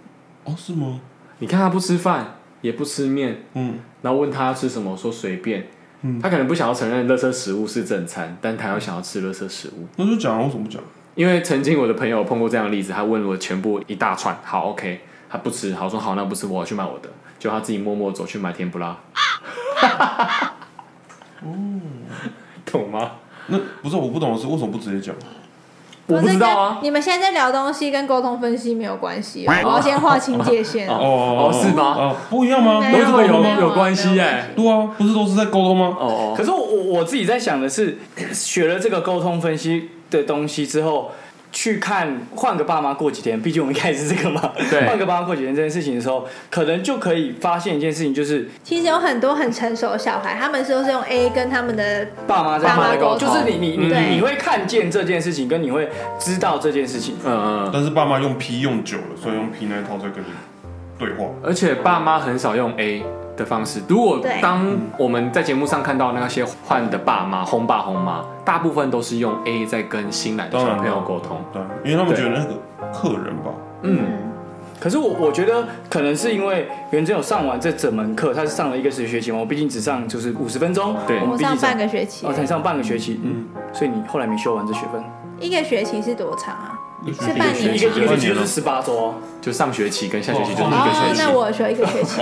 F: 哦，是吗？
C: 你看他不吃饭，也不吃面，
F: 嗯，
C: 然后问他吃什么，说随便。
F: 嗯
C: 他可能不想要承认垃圾食物是正餐，但他又想要吃垃圾食物。
F: 那就讲啊，为什么不讲？
C: 因为曾经我的朋友碰过这样的例子，他问我全部一大串，好 OK，他不吃，好我说好那不吃，我要去买我的，就他自己默默走去买甜不拉， 哦，
A: 哦
C: 懂吗？
F: 那不是我不懂的是为什么不直接讲？
C: 我不知道啊
A: 这跟，你们现在在聊东西跟沟通分析没有关系、哦，我要先划清界限。
C: 哦
F: 哦
C: 哦是吗？
F: 哦，不一样吗？
A: 没
F: 都是
C: 会
F: 沟通
C: 有
A: 没
F: 吗？
C: 有关系
A: 没有
C: 哎
A: 关系
F: 对啊，不是都是在沟通吗？
C: 哦哦，
D: 可是我我我自己在想的是， 学了这个沟通分析的东西之后，去看换个爸妈过几天，毕竟我们一开始是这个嘛，
C: 对
D: 换个爸妈过几天这件事情的时候，可能就可以发现一件事情，就是
A: 其实有很多很成熟的小孩，他们都是用 A 跟他们的
D: 爸妈在
A: 爸妈
D: 的
A: 沟
D: 就
A: 通
D: 是你你你
A: 对
D: 你会看见这件事情，跟你会知道这件事情。
C: 嗯嗯，
F: 但是爸妈用 P 用久了，所以用 P 那一套在跟你对话。
C: 而且爸妈很少用 A 的方式。如果
A: 对
C: 当我们在节目上看到那些换的爸妈、轰爸轰妈，大部分都是用 A 在跟新来的小朋友沟通。
F: 对，啊因为他们觉得那个客人吧，
C: 嗯。
D: 可是我我觉得可能是因为袁真有上完这整门课，他是上了一个学期嘛，我毕竟只上就是五十分钟，
C: 对
D: 我
A: 我
D: 们毕竟
A: 上
D: 只
A: 半个学期
D: 哦，，才上半个学期，嗯，所以你后来没修完这学分。
A: 一个学期是多长啊？是半
F: 一个
A: 年
D: 一
F: 学
D: 个
F: 期
D: 一个学期就是 十八周哦，
C: 就上学期跟下学期就是一个
A: 哦
C: 学，期。
A: 那我学一个学 期，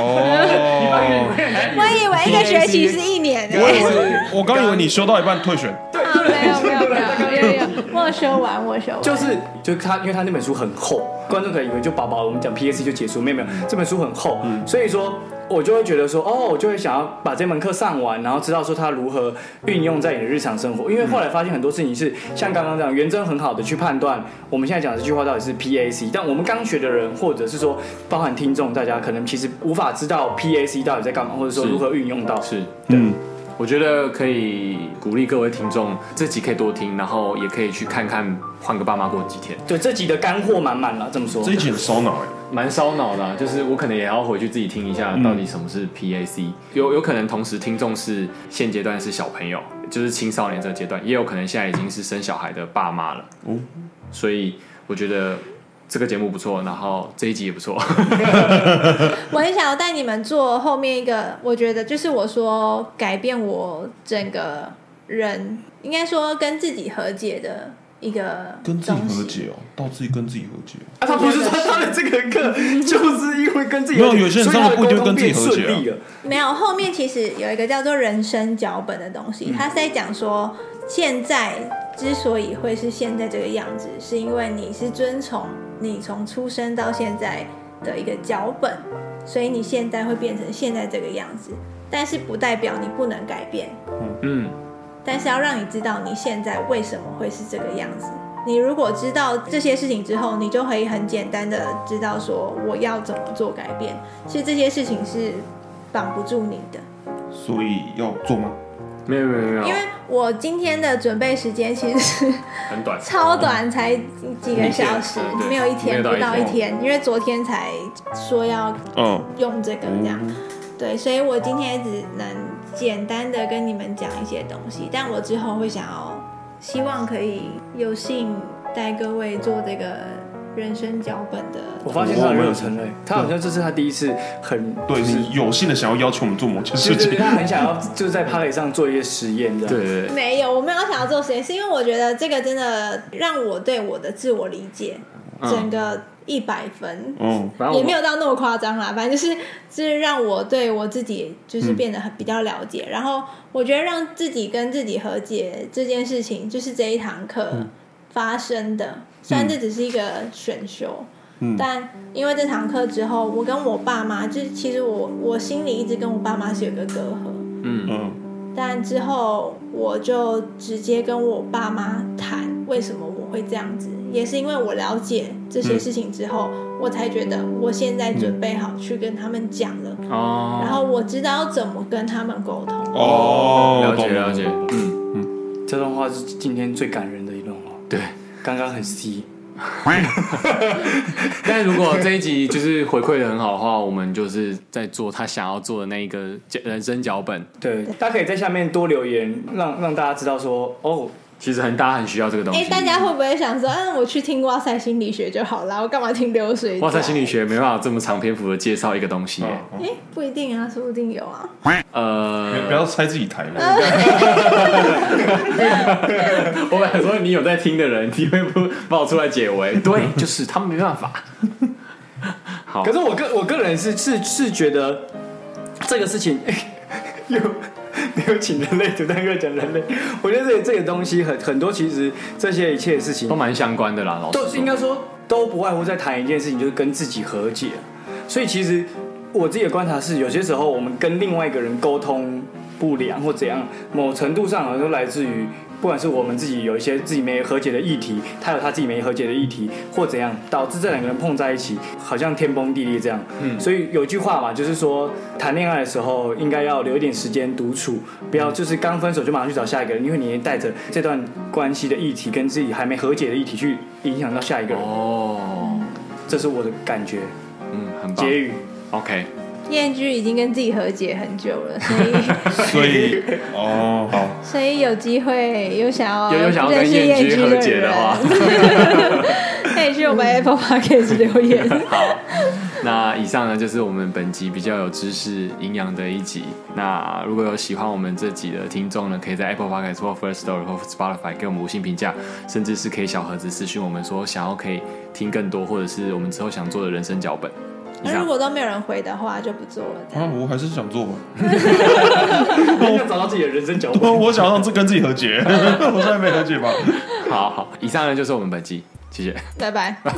F: 哦，
A: 我以为一个学期是一年呢、
F: 我以为我刚以为你修到一半退选，
A: 啊没有没有没有没有，没有修完我修完，
D: 就是就他，因为他那本书很厚，观众可能以为就薄薄，我们讲 PS 就结束，没有没有，
F: 嗯
D: 这本书很厚，所以说我就会觉得说，哦，我就会想要把这门课上完，然后知道说它如何运用在你的日常生活，
F: 嗯
D: 因为后来发现很多事情是像刚刚这样，原真很好的去判断我们现在讲的这句话到底是 PAC，但我们刚学的人或者是说包含听众大家，可能其实无法知道 PAC 到底在干嘛，或者说
C: 是
D: 如何运用到。
C: 是，
F: 嗯，
C: 我觉得可以鼓励各位听众，这集可以多听，然后也可以去看看《换个爸妈过几天》，
D: 对，这集的干货满满了，这么说
F: 这。一集很烧脑哎，
C: 蛮烧脑的啊、就是我可能也要回去自己听一下，到底什么是 PAC、有有可能同时听众是现阶段是小朋友，就是青少年这个阶段，也有可能现在已经是生小孩的爸妈了。
F: 哦
C: 所以我觉得这个节目不错，然后这一集也不错。
A: 我很想要带你们做后面一个，我觉得就是我说改变我整个人，应该说跟自己和解的一个
F: 跟自己
A: 东西
F: 和解哦，到自己跟自己和解哦，
D: 啊他不是说他的这个课， 就是因为跟自己
F: 没有有些人
D: 所
F: 生
D: 以
F: 活
D: 他的
F: 不一定
D: 沟
F: 跟
D: 通
F: 自己
D: 变
F: 和解啊
D: 顺利了。
A: 没有，后面其实有一个叫做人生脚本的东西，它是在讲说，现在之所以会是现在这个样子，是因为你是遵从你从出生到现在的一个脚本，所以你现在会变成现在这个样子，但是不代表你不能改变，
C: 嗯，
A: 但是要让你知道你现在为什么会是这个样子。你如果知道这些事情之后，你就可以很简单的知道说我要怎么做改变。其实这些事情是绑不住你的，
F: 所以要做吗？
C: 没有没有没有
A: 因为，我今天的准备时间其实是
C: 很短。
A: 超短，才几个小时
C: 嗯对，
A: 没有一
C: 没
A: 天
C: 有
A: 不
C: 到一
A: 到一
C: 天
A: 天，因为昨天才说要
F: 嗯，
A: 用这个这样。对，所以我今天只能简单的跟你们讲一些东西，但我之后会想要，希望可以有幸带各位做这个人生脚本的。
D: 我发现他很热忱嘞，他好像这是他第一次很
F: 对
D: 就是
F: 你有幸的想要要求我们做某件事
D: 对对
F: 情
D: 对，，他很想要就是在 p a r 上做一些实验这样。
C: 对对对，
A: 没有，我没有想要做实验，是因为我觉得这个真的让我对我的自我理解
C: 嗯
A: 整个一百分。
F: 嗯，
C: 反正
A: 也
C: 我
A: 没
C: 们
A: 有到那么夸张啦，反正就是就是让我对我自己就是
C: 嗯
A: 变得很比较了解，然后我觉得让自己跟自己和解这件事情，就是这一堂课发生的。
C: 嗯
A: 虽然这只是一个选修，
F: 嗯
A: 但因为这堂课之后，我跟我爸妈，就是其实我我心里一直跟我爸妈是有个隔阂，
F: 嗯，
A: 但之后我就直接跟我爸妈谈为什么我会这样子，也是因为我了解这
C: 嗯
A: 些事情之后，我才觉得我现在准备好去跟他们讲了，然
C: 哦，
A: 后我知道怎么跟他们沟通。
F: 哦，
C: 了解
F: 懂
C: 了解，嗯，
D: 这段话是今天最感人的一段话，
C: 对。
D: 刚刚很 C，
C: 但如果这一集就是回馈的很好的话，我们就是在做他想要做的那一个人生脚本。
D: 对，大家可以在下面多留言，让让大家知道说哦，
C: 其实很大家很需要这个东
A: 哎、
C: 西。
A: 大家会不会想说，嗯，我去听哇塞心理学就好啦，我干嘛听流水？
C: 哇塞，心理。学没办法这么长篇幅的介绍一个东西耶。
A: 哎、不一定啊，说不定有啊。
D: 哦
C: 呃，
F: 嗯不要猜自己台了，
C: 我本来说你有在听的人，你会不冒出来解围？ 对，就是他们没办法。好
D: 可是我个我个人是是是觉得这个事情 有没有请人类图，但又讲人类，我觉得这这个东西很很多，其实这些一切的事情
C: 都蛮相关的啦，老
D: 都
C: 师。
D: 应该说都不外乎在谈一件事情，就是跟自己和解。所以其实我自己的观察是，有些时候我们跟另外一个人沟通不良或怎样，某程度上好像都来自于。不管是我们自己有一些自己没和解的议题，他有他自己没和解的议题，或怎样，导致这两个人碰在一起，好像天崩地裂这样。嗯，所以有句话嘛，就是说谈恋爱的时候应该要留一点时间独处，不要就是刚分手就马上去找下一个人，因为你也带着这段关系的议题跟自己还没和解的议题去影响到下一个人。
C: 哦，
D: 这是我的感觉。
C: 嗯，很棒
D: 结。语，
C: OK，
A: 燕居已经跟自己和解很久了，所以
F: 所以哦， 好，
A: 所以有机会有想要
C: 有有想要
A: 认
C: 跟
A: 识
C: 燕
A: 燕
C: 居
A: 居
C: 和
A: 的
C: 解的
A: 人
C: 话，
A: 可以去我们 Apple Podcast 留 言。
C: 那以上呢就是我们本集比较有知识营养的一集。那如果有喜欢我们这集的听众呢，可以在 Apple Podcast 或 First Story 或 Spotify 给我们五星评价，甚至是可以小盒子私讯我们说想要可以听更多，或者是我们之后想做的人生脚本。以
A: 哎那如
C: 上，
A: 果都没有人回的话，就不做了。这
F: 啊，
C: 嗯
A: 样
F: 我还是想做吧，
D: 要找到自己的人生脚 本。
F: 我想让这跟自己和解， 我现在没和解吧。
C: 好好，以上呢就是我们本集，谢谢。
A: 拜拜。